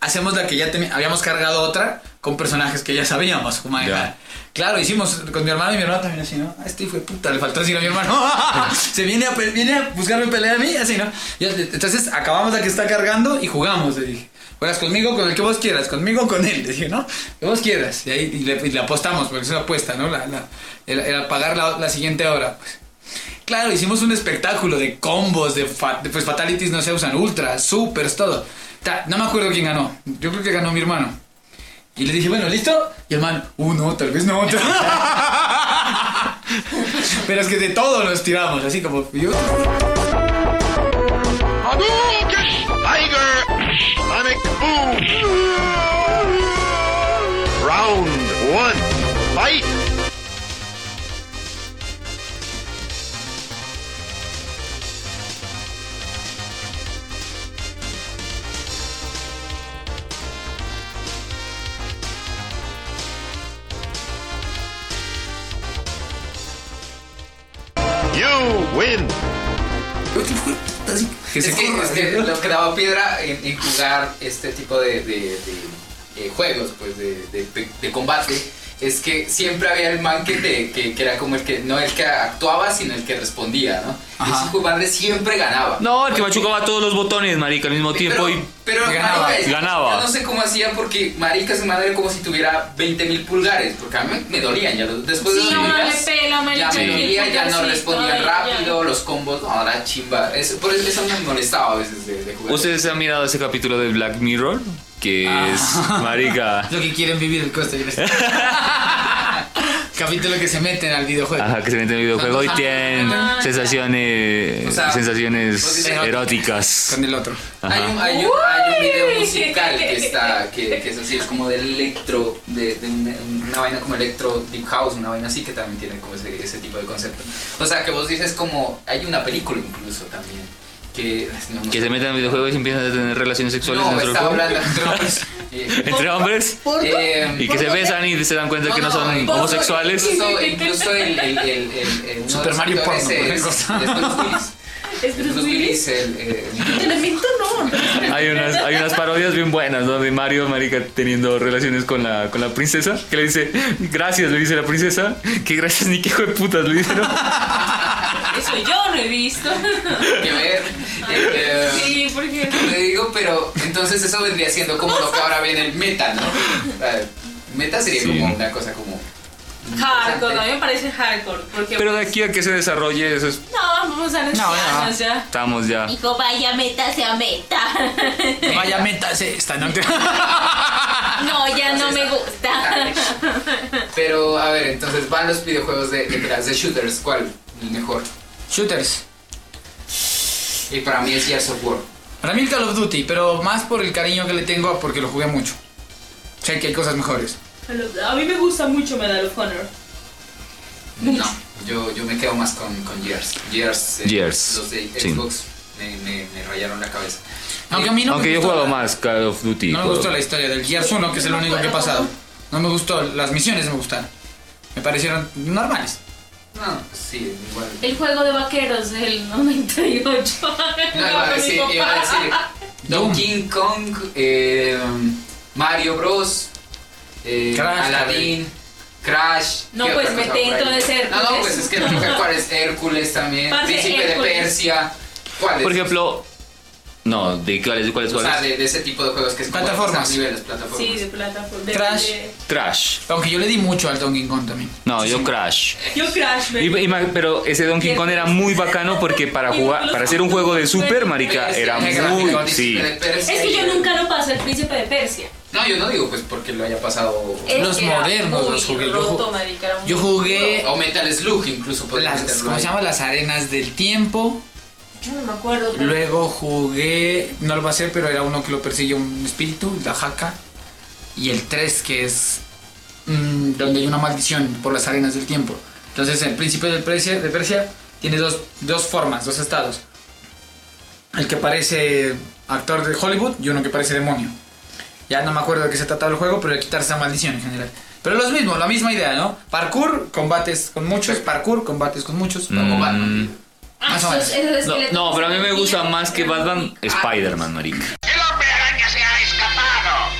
C: hacemos la que ya teni- habíamos cargado otra con personajes que ya sabíamos cómo manejar.
E: Ya.
C: Claro, hicimos con mi hermano y mi hermano también así, ¿no? Este hijo de puta, le faltó decir a mi hermano. [LAUGHS] se viene a, pe- viene a buscarme pelea a mí, así, ¿no? Y el- entonces acabamos la que está cargando y jugamos, le dije. Juegas conmigo, con el que vos quieras, conmigo, con él, le dije, ¿no? Que vos quieras. Y ahí y le, y le apostamos, porque es una apuesta, ¿no? La, la- el, el pagar la, la siguiente hora, pues. Claro, hicimos un espectáculo de combos, de, fa- de, pues fatalities no se usan, ultras, supers, todo. Ta- no me acuerdo quién ganó. Yo creo que ganó mi hermano. Y le dije, bueno, ¿listo? Y el man, uh, no, tal vez no. [LAUGHS] tal- Pero es que de todo nos tiramos, así como yo.
G: Hadouken! Tiger! Sonic Boom! Round one. Fight! You win!
C: así, que
D: Es
C: se
D: que,
C: corra,
D: es que
C: ¿no?
D: lo que daba piedra en, en jugar este tipo de, de- de, eh, juegos, pues de, de- de- de combate, es que siempre había el man que, te- que, que era como el que, no el que actuaba, sino el que respondía, ¿no? Y
C: Ajá.
D: ese compadre siempre ganaba.
E: No, el que machucaba todos los botones, marica, al mismo tiempo.
D: Pero,
E: Y
D: pero
C: ganaba.
D: marica, yo-
E: Ganaba.
D: yo no sé cómo hacía porque marica su madre como si tuviera 20 mil pulgares, porque a mí me, me dolían ya los- después de
B: Sí,
D: los
B: a uno le
D: días,
B: pela,
D: Pues ya
B: marica,
D: me
E: el
D: dolía, ya no
B: pulgarcito,
D: respondía
B: ya.
D: rápido, los combos, no, la chimba, eso, por eso, eso me molestaba a veces de, de jugar.
E: ¿Ustedes han mirado ese capítulo de Black Mirror? Que
B: Ah.
E: es,
B: [LAUGHS]
E: marica.
C: Lo que quieren vivir el coste.
D: [LAUGHS]
C: Capítulo que se meten al videojuego.
E: Ajá, que se mete en el videojuego y tienen
B: Ah,
E: sensaciones,
D: O sea,
E: sensaciones
D: pues dice-
E: eróticas.
C: Con el otro.
D: Hay
E: Ajá.
D: un, hay, un, hay un video
B: Uy.
D: musical que está, que, que es así, es como de electro, de, de una, una vaina como electro deep house, una vaina así que también tiene como ese, ese tipo de concepto. O sea, que vos dices como, hay una película incluso también, que... No, no
E: Que se meten en el videojuego y se empiezan a tener relaciones sexuales
D: no,
E: dentro del
D: estaba
E: juego.
D: hablando entre
E: [LAUGHS]
D: hombres. Eh,
E: Entre hombres.
D: eh,
E: Y que se besan y se dan cuenta que no son
D: incluso-
E: homosexuales.
D: Incluso, incluso el, el, el, el, el- uno de
C: Super
D: los
C: Mario
D: actores
C: porno, cualquier
D: es-
C: cosa.
D: es Bruce
B: [LAUGHS]
D: Willis.
B: ¿Es
D: Es
B: Bruce
D: Bruce
B: Willis?
D: Willis, el, eh,
B: Elemento no.
E: Hay unas, hay unas parodias bien buenas, ¿no? De Mario, marica, teniendo relaciones con la, con la princesa. Que le dice, gracias, le dice la princesa. Que gracias, ni que hijo de putas, le dice, ¿no?
B: Eso yo no he
D: [LAUGHS]
B: visto.
D: que ver. eh, eh,
B: Sí, porque.
D: Le digo, pero entonces eso vendría siendo como lo que ahora viene el meta, ¿no? Eh, Meta sería
E: Sí.
D: como una cosa como.
B: Hardcore, a mí me parece hardcore. Porque
E: Pero de aquí a que se desarrolle, eso es-
B: No, vamos a los
C: No, no.
B: ancianos ya.
E: estamos ya.
A: Hijo, vaya meta, sea meta.
C: Vaya métase esta noche.
D: Ah,
A: No,
D: pues
A: ya no me
B: Ah.
A: gusta.
D: Pero a ver, entonces van los videojuegos de, de peleas, de shooters, ¿cuál? El mejor.
C: [LAUGHS] Shooters.
D: Y para mí es Gears of War.
C: Para mí el Call of Duty, pero más por el cariño que le tengo a porque lo jugué mucho. Sé que hay cosas mejores.
B: A mí me gusta mucho Medal of Honor.
D: No, yo, yo me quedo más con, con Gears. Gears, eh,
E: Gears,
D: Los de
E: sí.
D: Xbox me, me, me rayaron la cabeza.
C: Aunque a mí no
E: Aunque
C: me
E: yo
C: gustó
E: jugaba
C: la-
E: más Call of Duty.
C: No me
E: juego.
C: gustó la historia del Gears 1, que es el único que he pasado. No me gustó, las misiones me gustaron. Me parecieron normales.
D: No, sí,
B: [LAUGHS]
D: igual.
B: El juego de vaqueros del 98.
D: No, iba a
B: Con mi
D: decir, iba a
B: papá. [LAUGHS]
D: decir Donkey Kong, eh, Mario Bros, eh,
C: Crash
D: Aladdin, Crash.
B: No,
D: ¿qué
B: pues,
D: otra cosa
B: metí
D: por ahí?
B: entonces
D: No, no,
B: Hércules.
D: pues es que no ¿cuál es Hércules también?
B: Parce,
D: Príncipe
B: Hércules.
D: de Persia. ¿Cuál es?
E: Por ejemplo, no, ¿de cuáles? ¿Cuáles?
D: o sea,
E: cuáles?
D: de, de ese tipo de juegos que es como
C: Plataformas.
D: pasar niveles, plataformas.
B: Sí, de plataforma. de-
C: Crash.
B: de-
E: Crash.
C: Aunque yo le di mucho al Donkey Kong también.
E: No, yo Crash.
B: Yo Crash, me-
E: Y- y ma- pero ese Donkey Kong era muy bacano porque para jugar, para hacer un juego de Super, marica, era
D: Ese
E: muy,
D: gráfico,
E: sí.
D: Príncipe de Persia
B: Es que
D: y-
B: yo nunca lo pasé el príncipe de Persia.
D: No, yo no digo pues porque lo haya pasado.
B: Es
C: Los
B: que ah, era
C: modernos
B: muy
C: los jugué, yo
B: roto,
C: ju-
B: marica, era muy
C: yo jugué-
B: duro.
D: O Metal Slug incluso podría
C: Las,
D: meterlo
C: ¿Cómo
D: ahí.
C: se llama? Las arenas del tiempo.
B: Yo no me acuerdo. pero-
C: Luego jugué, no lo pasé, pero era uno que lo persigue un espíritu, la jaca. Y el 3, que es mm, donde hay una maldición por las arenas del tiempo. Entonces, el príncipe del Persia- de Persia tiene dos, dos formas, dos estados. El que parece actor de Hollywood y uno que parece demonio. Ya no me acuerdo de qué se trataba el juego, pero de quitar esa maldición en general. Pero lo mismo, la misma idea, ¿no? Parkour, combates con muchos, parkour, combates con muchos.
D: Como
E: Mm.
D: Batman.
C: Más o menos.
B: ah, Esos- esos
E: No,
B: esqueletos
E: no, pero a mí me gusta
B: eran
E: más que
B: muy-
E: Batman, Spider-Man, marica.
G: El hombre araña se ha escapado.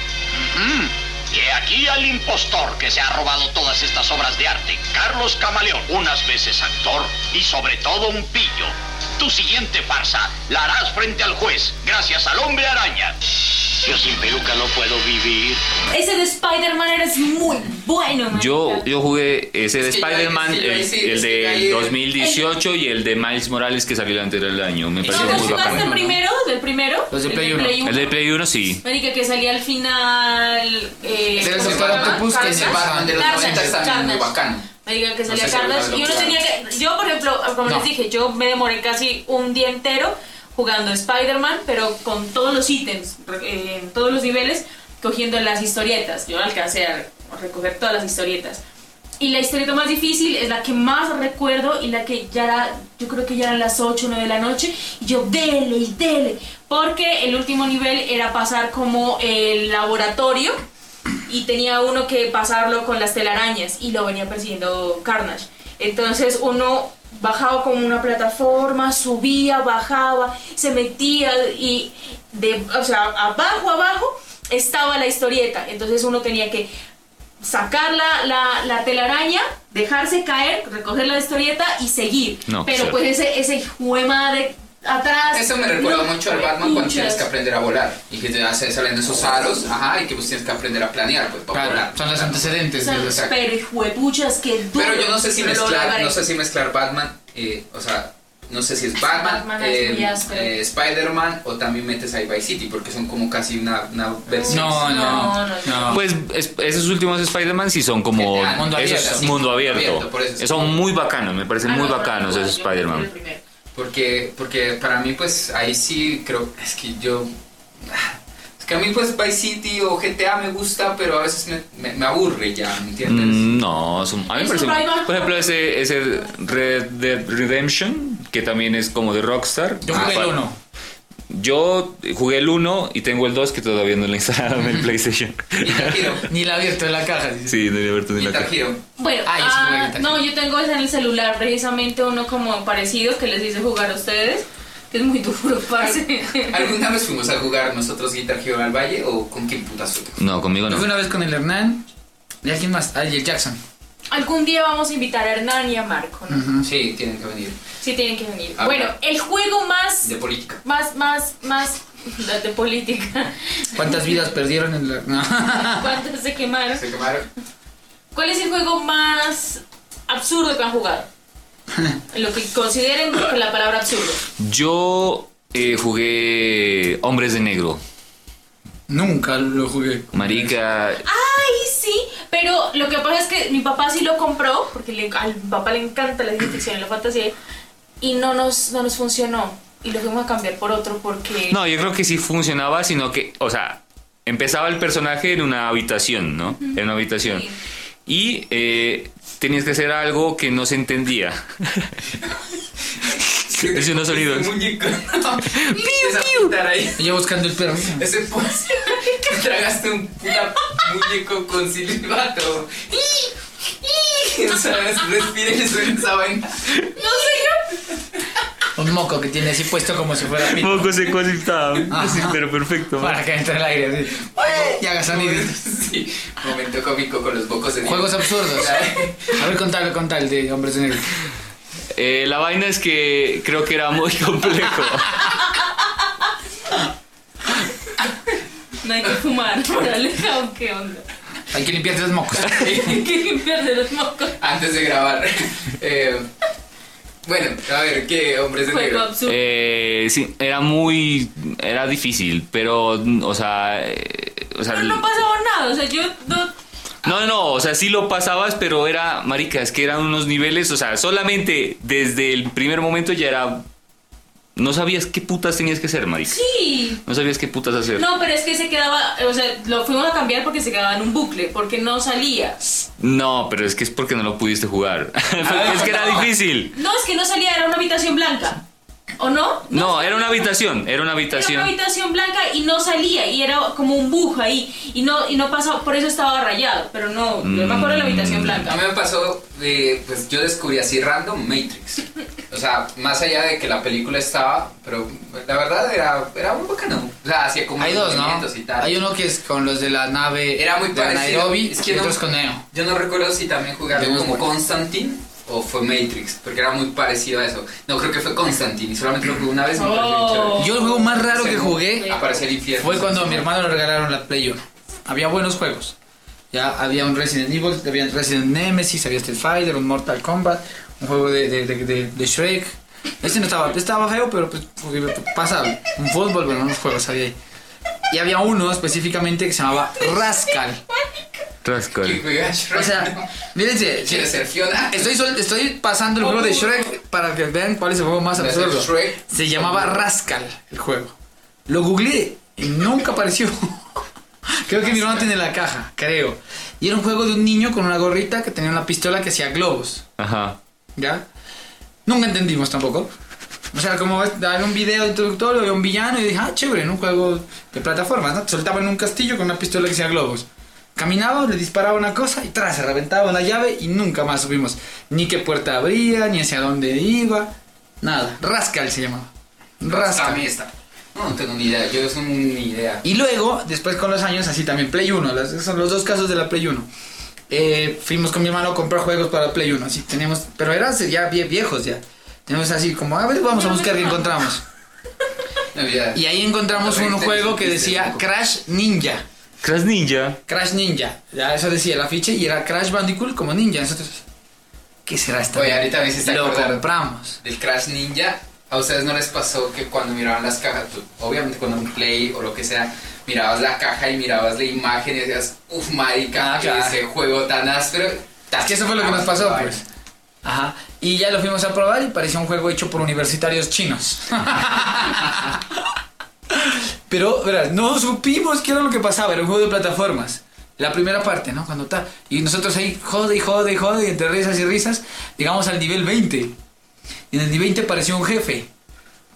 G: Y aquí al impostor que se ha robado todas estas obras de arte, Carlos Camaleón, unas veces actor y sobre todo un pillo. Tu siguiente farsa la harás frente al juez, gracias al hombre araña. Yo sin peluca no puedo vivir.
B: Ese de Spider-Man eres muy bueno, marica.
E: Yo, yo jugué ese de
D: Es que ya-
E: Spider-Man,
D: es que ya
E: el,
D: hice-
E: el
D: es que ya hice-
E: de 2018 y el de Miles Morales que salió el anterior año. Me
B: No,
E: pareció
B: ¿los
E: muy
B: jugaste
E: bacano.
B: primero? ¿Del primero?
C: Los de
B: ¿El
C: Play
B: del
C: uno.
E: El de Play 1 sí.
B: Marica, que salía al final. Eh,
C: Ese era el
B: ¿cómo se
C: Doctor
B: llama?
C: Octopus que
B: Carnage.
D: en el Batman de los
B: Carnage,
D: 90 está también muy
B: Carnage.
D: bacano.
B: Marica, que salía
D: No sé si
B: Carnage.
D: alguna
B: Y
D: vez
B: uno
D: lo
B: tenía que. Yo, por ejemplo, como
C: No.
B: les dije, yo me demoré casi un día entero jugando Spider-Man, pero con todos los ítems, eh, en todos los niveles, cogiendo las historietas. Yo alcancé a recoger todas las historietas. Y la historieta más difícil es la que más recuerdo y la que ya era, yo creo que ya eran las 8 o 9 de la noche. Y yo, dele y dele. Porque el último nivel era pasar como el laboratorio y tenía uno que pasarlo con las telarañas y lo venía persiguiendo Carnage. Entonces uno bajaba como una plataforma, subía, bajaba, se metía y de, o sea, abajo, abajo estaba la historieta. Entonces uno tenía que sacar la, la- la telaraña, dejarse caer, recoger la historieta y seguir.
E: No,
B: Pero
E: cierto.
B: pues ese, ese juema de atrás.
D: Eso me recuerda
B: no,
D: mucho al Batman cuando tienes
B: puchas.
D: que aprender a volar y que te hace- salen esos aros, ajá, y que pues tienes que aprender a planear, pues para
C: Claro,
D: volar.
C: son los antecedentes. de los-
D: Exacto.
B: Pero hijuepuchas, que duro.
D: Pero yo no sé si
B: Lo
D: mezclar,
B: lograré.
D: no sé si mezclar Batman, eh, o sea, no sé si es Batman,
B: Batman es muy
D: eh,
B: áspero.
D: eh, Spider-Man o también metes a Vice City porque son como casi una, una versión.
C: No, no,
B: No, Ah,
C: no.
B: no,
E: Pues es- esos últimos Spider-Man sí son como
D: Ah,
C: mundo
E: esos
C: abierto.
E: mundo
D: Abierto,
E: abierto.
D: por eso.
E: Son muy bacanos, me parecen
B: Ah,
E: muy
B: no, no,
E: bacanos
B: no,
E: esos
B: yo prefiero el
E: Spider-Man.
B: primero.
D: Porque, porque para mí, pues ahí sí creo, es que yo. Es que a mí, pues Vice City o GTA me gusta, pero a veces me, me- me aburre ya, ¿me entiendes?
E: Mm, No, son- a mí me
B: Es
E: parece.
B: un rival.
E: Por ejemplo, ese, ese Red Dead Redemption, que también es como de Rockstar.
C: Yo jugué
E: Ah,
C: el 1.
E: Yo jugué el 1 y tengo el 2 que todavía no lo he instalado en el PlayStation.
D: [LAUGHS] Guitar Hero.
C: [LAUGHS] Ni la abierto de la caja. dice.
E: sí, no lo he abierto ni la
D: Guitar
E: caja.
D: Hero.
B: Bueno,
C: Ah, yo sí jugué
B: ah,
C: Guitar Hero.
B: no, yo tengo ese en el celular, precisamente uno como parecido que les hice jugar a ustedes, que es muy duro, [LAUGHS] parce.
D: ¿Alguna vez fuimos a jugar nosotros Guitar Hero al Valle o con quién putas fue?
E: No, conmigo
C: Yo fui
E: no.
C: una vez con el Hernán y alguien más, ah, y el Jackson.
B: Algún día vamos a invitar a Hernán y a Marco, ¿no?
D: Sí, tienen que venir.
B: Sí tienen que venir.
D: Ah,
B: bueno,
D: bueno.
B: el juego más,
D: De política.
B: más, más, más, [LAUGHS] las de [LAUGHS] política,
C: ¿Cuántas vidas perdieron en la.? [LAUGHS] No.
B: ¿cuántos se quemaron?
D: ¿Se quemaron?
B: ¿Cuál es el juego más absurdo que han [LAUGHS] jugado? Lo que consideren con la palabra absurdo.
E: Yo eh, jugué Hombres de Negro.
C: Nunca lo jugué.
E: Marica.
B: Ay, sí, pero lo que pasa es que mi papá sí lo compró, porque le- al papá le encanta la ciencia ficción y la fantasía, y no nos, no nos funcionó. y lo fuimos a cambiar por otro porque...
E: No, yo creo que sí funcionaba, sino que, o sea, empezaba el personaje en una habitación, ¿no? En una habitación.
B: Sí.
E: Y eh, tenías que hacer algo que no se entendía. Es unos sonidos.
D: Ese
C: [LAUGHS]
D: muñeco. Esa pintar ahí.
C: Ella buscando el perro.
D: Ese pues que tragaste un puta muñeco con silbato. ¿Sabes? Respira y suena esa vaina.
C: Un moco que tiene así puesto como si fuera
E: [LAUGHS]
C: pito.
E: Poco se conectaba,
C: Ajá.
E: pero perfecto.
C: Para que entre el aire. así. Y haga sonidos.
D: Sí, momento cómico con los bocos en
C: Juegos absurdos. A ver, contalo, contalo de hombres de negro.
E: Eh, la vaina es que creo que era muy [LAUGHS] complejo.
B: No hay que [LAUGHS] fumar, dale, ¿qué onda?
C: Hay que limpiar los mocos.
B: Hay que limpiar de los mocos.
D: [LAUGHS] Antes de grabar. Eh, bueno, a ver, ¿qué hombres de
B: Juego
D: negro?
B: absurdo.
E: Eh, sí, era muy. Era difícil, pero, o sea. eh, o sea,
B: Pero no pasaba nada, o sea, yo no...
E: No, no, o sea, sí lo pasabas, pero era, marica, es que eran unos niveles, o sea, solamente desde el primer momento ya era... No sabías qué putas tenías que hacer, marica.
B: Sí.
E: No sabías qué putas hacer.
B: No, pero es que se quedaba, o sea, lo fuimos a cambiar porque se quedaba en un bucle, porque no salía.
E: No, pero es que es porque no lo pudiste jugar. [LAUGHS] es que era difícil.
B: No, es que no salía, era una habitación blanca. ¿O no?
E: No, era una
B: habitación
E: habitación, era una
B: Era una
E: habitación.
B: habitación blanca y no salía y era como un bug ahí y no y no pasaba, por eso estaba rayado, pero no, yo me acuerdo de la
C: Mm.
B: habitación
D: A mí
B: blanca.
D: me pasó, eh, pues yo descubrí así random Matrix. O sea, más allá de que la película estaba, pero la verdad era, era un bacano. O sea, hacía como
C: Hay dos, ¿no?
D: movimientos y tal.
C: Hay uno que es con los de la nave
D: Era muy
C: de
D: parecido.
C: Nairobi
D: Es que
C: y
D: no-
C: otro es con Neo.
D: Yo no recuerdo si también
C: De
D: jugaron como
C: Oswald.
D: Constantine o fue Matrix, porque era muy parecido a eso. No, creo que fue Constantine y solamente lo jugué una vez. y me pareció
B: Oh.
D: chévere.
C: Yo el juego más raro que
D: Según
C: jugué
D: Aparece el infierno.
C: fue cuando a mi hermano le regalaron la Play 1. Había buenos juegos. Ya había un Resident Evil, había un Resident Nemesis, había Street Fighter, un Mortal Kombat, un juego de, de, de- de- de Shrek. Ese no estaba, estaba feo, pero pues, jugué- pasable. Un fútbol, pero unos juegos había ahí. Y había uno específicamente que se llamaba Rascal.
D: [LAUGHS] Que
E: Rascal.
D: jugué a Shrek.
C: O sea, mírense,
D: ¿Quieres ser Fiona?
C: Estoy, sol- estoy pasando el juego de Shrek para que vean cuál es el juego más
D: ¿No es el
C: absurdo.
D: Shrek?
C: Se llamaba Rascal el juego. Lo googleé y nunca apareció. [LAUGHS] Creo que mi hermano tiene la caja, creo. Y era un juego de un niño con una gorrita que tenía una pistola que hacía globos.
E: Ajá.
C: ¿Ya? Nunca entendimos tampoco. O sea, como había un video introductorio de un villano y dije, ah, chévere, en un juego de plataformas, ¿no? Te Soltaba en un castillo con una pistola que hacía globos. Caminaba, le disparaba una cosa y tras, se reventaba una llave y nunca más supimos ni qué puerta abría, ni hacia dónde iba, nada. Rascal se llamaba.
D: Rasca. A
C: Rascal.
D: mí está. No, no tengo ni idea. Yo no ni idea.
C: Y luego, después con los años, así también Play 1, las- son los dos casos de la Play 1. Eh, fuimos con mi hermano a comprar juegos para Play 1, así tenemos, pero eran ya vie- viejos ya. Tenemos así como, a ver, vamos a buscar qué encontramos.
D: No, ya.
C: Y ahí encontramos un juego que decía Crash Ninja.
E: Crash Ninja.
C: Crash Ninja. Ya eso decía el afiche y era Crash Bandicoot como ninja. Nosotros, ¿qué será esta?
D: Oye, ahorita me hiciste
C: Lo
D: acordar.
C: compramos.
D: del Crash Ninja, ¿a ustedes no les pasó que cuando miraban las cajas, tú, obviamente con un play o lo que sea, mirabas la caja y mirabas la imagen y decías, uff, marica,
C: Ah, claro.
D: ese juego tan áspero?
C: Es que eso fue lo que nos pasó, pues. Ajá. Y ya lo fuimos a probar y parecía un juego hecho por universitarios chinos. [LAUGHS] Pero, verás, no supimos qué era lo que pasaba. Era un juego de plataformas. La primera parte, ¿no? Cuando está. Y nosotros ahí, jode y jode y jode, y entre risas y risas, llegamos al nivel 20. Y en el nivel 20 apareció un jefe.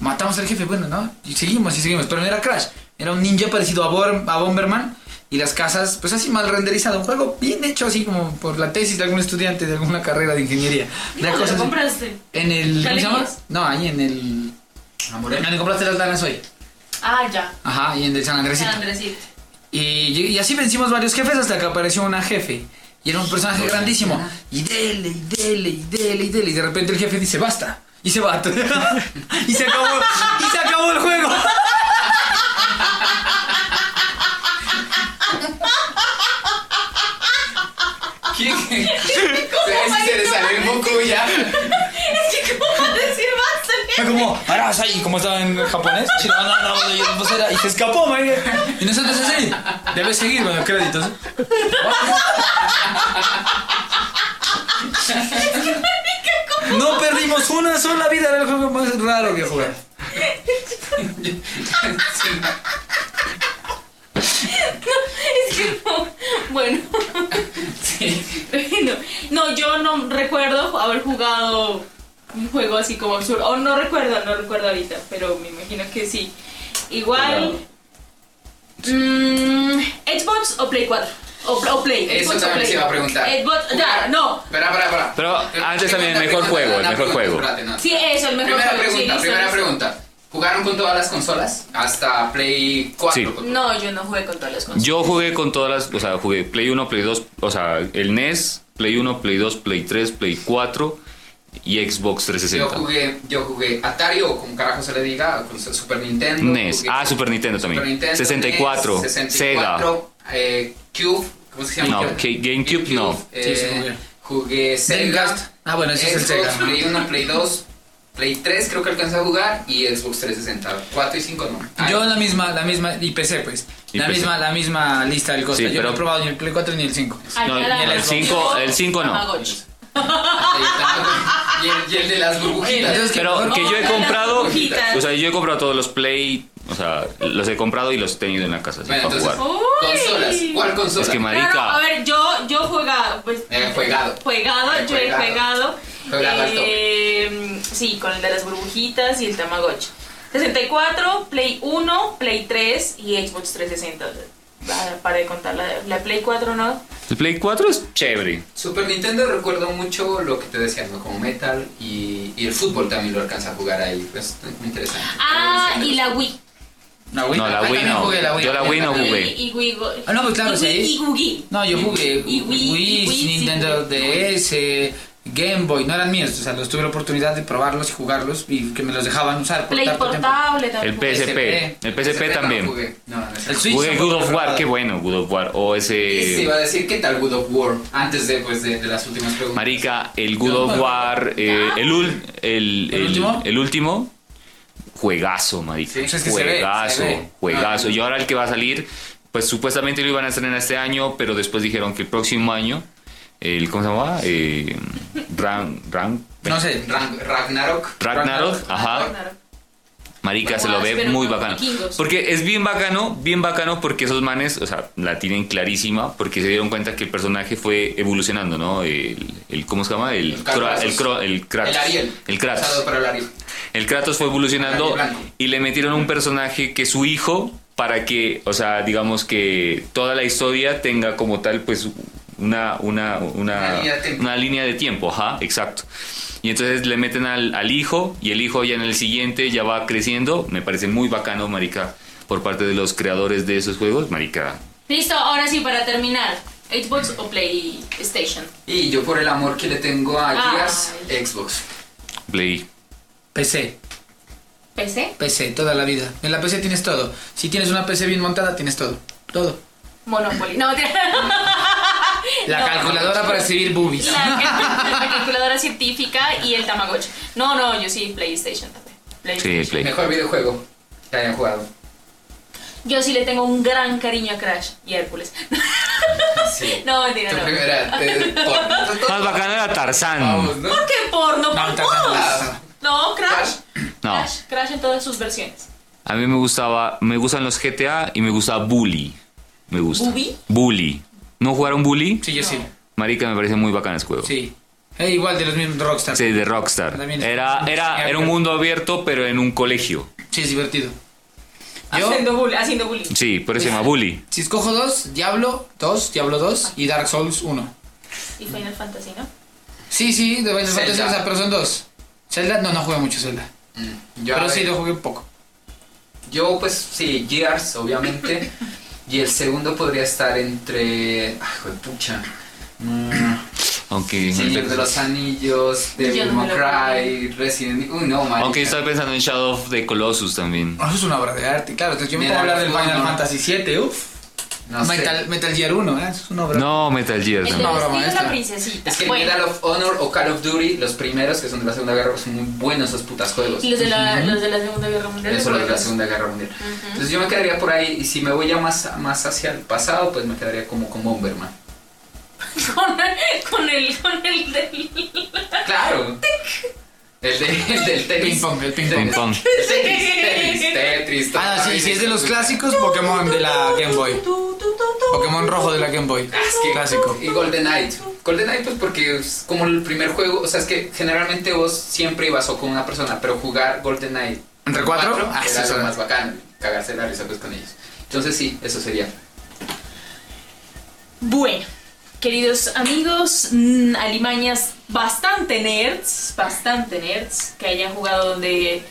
C: Matamos al jefe, bueno, ¿no? Y seguimos y seguimos. Pero no era Crash. Era un ninja parecido a, Bor- a Bomberman. Y las casas, pues así mal renderizado. Un juego bien hecho, así como por la tesis de algún estudiante de alguna carrera de ingeniería. Una
B: ¿Dónde
C: cosa
B: lo
C: así.
B: compraste?
C: En el. ¿Cómo se llama?
B: ¿Galerías?
C: No, ahí en el. En donde compraste las lanas hoy.
B: Ah, ya.
C: Ajá, y en el San Andrés.
B: San Andresito. [LAUGHS]
C: Y, y así vencimos varios jefes hasta que apareció una jefe. Y era un personaje grandísimo. Y dele, y dele, y dele, y dele. Y de repente el jefe dice, basta. Y se va. [LAUGHS] y se acabó. Y se acabó el juego.
D: ¿Quién? ¿Sabes si se les salió el moco ya?
B: Es que cómo decir basta.
C: [LAUGHS] Fue como, arasa. Y como estaba en japonés. chino, no, no, no, yo no era. Y se escapó, madre. Y nosotros así. Debes seguir con los créditos. ¿eh? No perdimos una sola vida. Era el juego más raro que jugar.
B: [LAUGHS] Es que no.
D: [LAUGHS]
B: Bueno. No, no, yo no recuerdo haber jugado un juego así como absurdo. O no recuerdo, no recuerdo ahorita, pero me imagino que sí. Igual. mm, Xbox o Play 4. O, o Play.
D: Eso
B: Xbox o
D: también
B: Play.
D: se iba a preguntar.
B: Xbox, Eh, ya, no.
D: Espera, espera, espera.
E: Pero antes también,
D: Una
E: mejor
D: pregunta,
E: juego,
D: una
E: el mejor
D: pregunta,
E: juego.
D: espérate, no.
B: Sí, eso, el mejor
D: Primera
B: juego, sí,
D: pregunta,
B: listo,
D: primera
B: listo.
D: pregunta. ¿Jugaron con todas las consolas? Hasta Play 4.
E: Sí.
D: con-
B: No, yo no jugué con todas las cosas.
E: Yo jugué con todas las, o sea, jugué Play 1, Play 2, o sea, el NES, Play 1, Play 2, Play 3, Play 4 y Xbox
D: Yo
E: 360.
D: jugué, yo jugué Atari o como carajo se le diga, con Super Nintendo.
E: NES,
D: jugué
E: ah,
D: con-
E: Super Nintendo también. 64,
D: NES,
E: Sega.
D: 64, eh, Cube, ¿cómo se llama?
E: No, que- GameCube, no.
D: eh,
C: Sí, sí, jugué.
D: jugué Sega.
C: Dreamcast. Ah, bueno, ese es el
D: Xbox,
C: Sega.
D: Play 1, Play 2, Play 3 creo que alcanza a jugar y Xbox 360. 4 y 5 no. Ah,
C: Yo la misma, la misma, y PC pues.
E: Y
C: la
E: PC.
C: misma, la misma lista del costo.
E: Sí,
C: Yo
E: pero-
C: no he probado ni el Play 4 ni el 5.
E: No,
B: Añada-
E: el cinco- el cinco no.
B: Tamagotchi.
D: ahí está. [LAUGHS] y, el, y el de las burbujitas.
C: Entonces, ¿qué
E: Pero
C: mejor?
E: que yo he
B: Ojalá
E: comprado,
B: las hojitas.
E: o sea, yo he comprado todos los Play, o sea, los he comprado y los he tenido en la casa así,
D: Bueno,
E: para
D: entonces,
E: jugar.
D: consolas.
B: Uy.
D: ¿Cuál consola?
E: Es que
B: Claro, a
E: marica,
B: ver, yo, yo juega, pues,
D: Eh, juegado.
B: Juegado,
D: Eh,
B: yo he
D: juegado.
B: juegado.
D: Juegado al
B: eh, sí, con el de las burbujitas y el Tamagotchi. 64, Play 1, Play 3 y Xbox 360. Ah, Para de contar, la, la Play 4 no.
E: el Play 4 es chévere.
D: Super Nintendo recuerdo mucho lo que te decía, ¿no? Como metal y, y el fútbol también lo alcanza a jugar ahí. Es muy interesante.
B: Ah,
D: Evolución de
B: y la Wii.
C: La Wii.
E: No, la
C: Ah,
E: Wii
C: también
E: no.
C: jugué
E: Yo la Wii no
C: también.
E: jugué.
B: Y, y Wii Go-
C: Ah, no, pues claro,
B: y Wii-
C: sí.
B: Y Wii.
C: No, yo jugué
B: Y Wii,
C: Wii,
B: y Wii, sí,
C: Nintendo
B: Wii.
C: DS, Game Boy, no eran míos, o sea, los tuve la oportunidad de probararlos y jugarlos y que me los dejaban usar por
B: Play
C: tanto tiempo.
B: portable también.
E: El PSP, el PSP
D: No,
E: también.
D: jugué. no, no, no.
C: El Switch
E: Jugué
C: tampoco
E: God
C: lo
E: of
C: he
E: War,
C: probado.
E: qué bueno, God of War. O E.
D: Y se iba
E: ese
D: a decir qué tal Good of War antes de, pues, de, de las últimas preguntas.
E: marica, el God of War, eh, el, ul- el,
C: ¿El
E: el-
C: último?
E: el último juegazo, marica.
D: Sí, pues
C: es que se ve,
E: juegazo,
C: se ve.
E: juegazo. Y ahora el que va a salir, pues supuestamente lo iban a estrenar este año, pero después dijeron que el próximo año el ¿cómo se llama? Eh, Ram, Ram-
C: No sé,
D: Ran- Ragnarok.
E: Ragnarok, ajá.
B: Claro.
E: Marica,
B: Bueno,
E: se lo
B: ah,
E: ve
B: pero
E: muy
B: no,
E: bacano.
B: vikingos.
E: Porque es bien bacano, bien bacano porque esos manes, o sea, la tienen clarísima porque se dieron cuenta que el personaje fue evolucionando, ¿no? El, el- ¿cómo se llama? El,
D: El
E: Kra-
D: Kratos.
E: el, Kro- el Kratos.
D: El Ariel.
E: El
D: Usado
E: Kratos.
D: para el Ariel.
E: El Kratos fue evolucionando
D: El Ariel blanco.
E: y le metieron un personaje que es su hijo para que, o sea, digamos que toda la historia tenga como tal, pues, una, una,
D: Una
E: una,
D: línea de tiempo.
E: una línea de tiempo, ajá, exacto. Y entonces le meten al, al hijo y el hijo ya en el siguiente ya va creciendo. Me parece muy bacano, Marica, por parte de los creadores de esos juegos, Marica.
B: Listo, ahora sí, para terminar. Xbox o PlayStation.
D: Y yo por el amor que le tengo a
B: Ah.
D: Gears, Xbox.
E: Play.
C: PC,
B: PC,
C: PC, toda la vida. En la PC tienes todo. Si tienes una PC bien montada, tienes todo. Todo.
B: Monopoly. No, mentira.
C: La
B: No.
C: calculadora para escribir boobies.
B: La, la calculadora científica y el Tamagotchi. No, no, yo sí, PlayStation también.
E: Sí, el
B: PlayStation.
E: Play.
D: Mejor videojuego que hayan jugado.
B: Yo sí le tengo un gran cariño a Crash y Hércules. [LAUGHS]
D: Sí.
B: No, mentira,
D: Tu [LAUGHS]
B: no.
D: primera. eh,
E: [LAUGHS]
D: por-
E: Más bacano era
D: Vamos,
E: Tarzán.
D: ¿no?
B: ¿Por qué porno?
C: No,
B: por
C: tampoco.
B: todos. No, Crash.
E: No.
B: Crash, Crash en todas sus versiones.
E: A mí me gustaba, me gustan los GTA y me gusta Bully. Me gusta.
B: ¿Bully?
E: Bully. ¿No jugaron Bully?
C: Sí, yo sí.
E: Marica, me parece muy bacán ese juego.
C: Sí. Eh, igual de los mismos Rockstar.
E: Sí,
C: Sí.
E: de Rockstar.
C: También es-
E: Era, era, era un mundo abierto, pero en un colegio.
C: es divertido. Yo,
B: Haciendo bullying. Haciendo bullying.
E: Sí, por eso se llama Bully.
C: si escojo dos, Diablo 2, Diablo 2 y Dark Souls 1.
B: Y Final Fantasy, ¿no?
C: Sí, sí, de Final Fantasy,
D: Zelda.
C: o sea, pero son dos. Zelda, no, no jugué mucho Zelda.
D: Mm, yo a
C: pero sí,
D: ver.
C: lo jugué un poco.
D: Yo, pues sí,
B: [LAUGHS]
D: Gears, obviamente. y el segundo podría estar entre. ¡Ay, joder, pucha! Mm,
E: Aunque,
D: Señor de los Anillos,
B: Yo
D: Devil
B: no me
D: May
B: lo
D: Cry, Resident Evil. Uy, no, marica.
E: aunque estaba pensando en Shadow of the Colossus también.
C: Ah, Eso es una obra de arte, claro. Entonces yo me
D: Mira,
C: puedo hablar del
D: no,
C: Final
D: no.
C: Fantasy 7, uff.
D: No sé.
C: Metal, Metal Gear 1, ¿eh? Eso es una obra.
E: No, Metal Gear
B: El de
E: también.
C: No,
B: vestir
C: broma,
B: a la
C: esta.
B: princesita.
D: Es que
B: Bueno.
D: Medal of Honor o Call of Duty, los primeros que son de la Segunda Guerra, son muy buenos esos putas juegos.
B: Y los de la, los de la Segunda Guerra Mundial.
D: Eso lo de
B: [LAUGHS]
D: la
B: recuerdas?
D: Segunda Guerra Mundial. Entonces yo me quedaría por ahí. Y si me voy ya más, más hacia el pasado, pues me quedaría como con Bomberman.
B: con, con el con el del
D: Claro. El, de- el del tenis.
C: Ping pong, el ping
E: Ping pong.
D: Tetris, Tetris, Tetris.
C: Ah, sí,
D: Tetris,
C: sí, es de los
D: Tetris.
C: clásicos Pokémon de la Game Boy. Pokémon rojo de la Game Boy.
D: Ah, Es que-
C: Clásico.
D: Y Golden Knight. Golden Knight, pues porque es como el primer juego. O sea, es que generalmente vos siempre ibas o con una persona, pero jugar Golden Knight.
C: ¿Entre
D: con
C: cuatro? Ah,
D: era
C: sí,
D: lo
C: sí.
D: más bacano. Cagarse la risa pues con ellos. Entonces, sí, eso sería.
B: Bueno, queridos amigos, mm, alimañas bastante nerds, bastante nerds, que hayan jugado donde...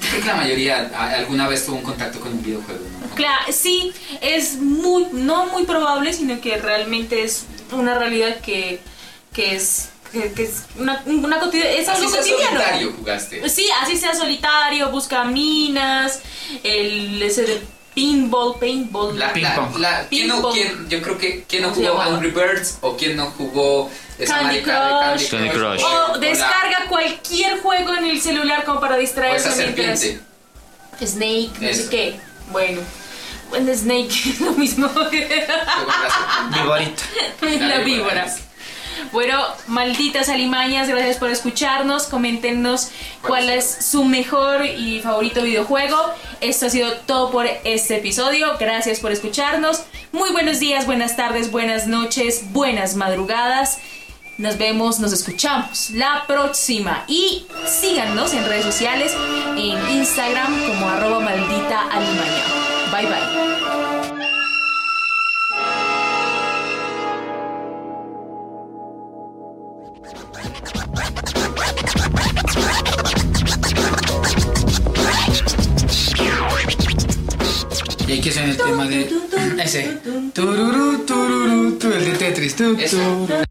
D: Creo que la mayoría a- alguna vez tuvo un contacto con un videojuego, ¿no?
B: Cla- sí, es muy, no muy probable, sino que realmente es una realidad que, que es... Que, que es una, una cotid- es
D: Así
B: algo
D: sea
B: cotidiano.
D: solitario jugaste.
B: Sí, así sea solitario, busca minas, el ese de pinball, paintball.
D: La,
C: Ping
D: la-
C: pong.
D: la- ¿quién no-
B: Ping pong.
D: quién- yo creo que ¿quién no
B: ¿Cómo se
D: jugó
B: llamaba?
D: Angry Birds o quién no jugó esa
B: Candy
D: marica de
B: Crush.
E: Candy Crush.
B: o
D: la-
B: descarga cualquier juego en el celular como para
D: o esa
B: distraerse mientras.
D: serpiente.
B: Snake, no sé
D: Eso.
B: qué. Bueno. Bueno, Snake [LAUGHS] es lo mismo que
D: Jugó la serpiente.
C: Viborita.
B: [LAUGHS] la
D: Dale,
B: víbora.
D: bueno.
B: Bueno, malditas alimañas, gracias por escucharnos. Coméntenos cuál es su mejor y favorito videojuego. Esto ha sido todo por este episodio. Gracias por escucharnos. Muy buenos días, buenas tardes, buenas noches, buenas madrugadas. Nos vemos, nos escuchamos la próxima. Y síganos en redes sociales, en Instagram como arroba maldita alimaña. Bye bye.
C: Y hay que hacer el tema de. Ese. Tururú, tururú, tu, el de Tetris. Tu,
D: Eso.
C: tu.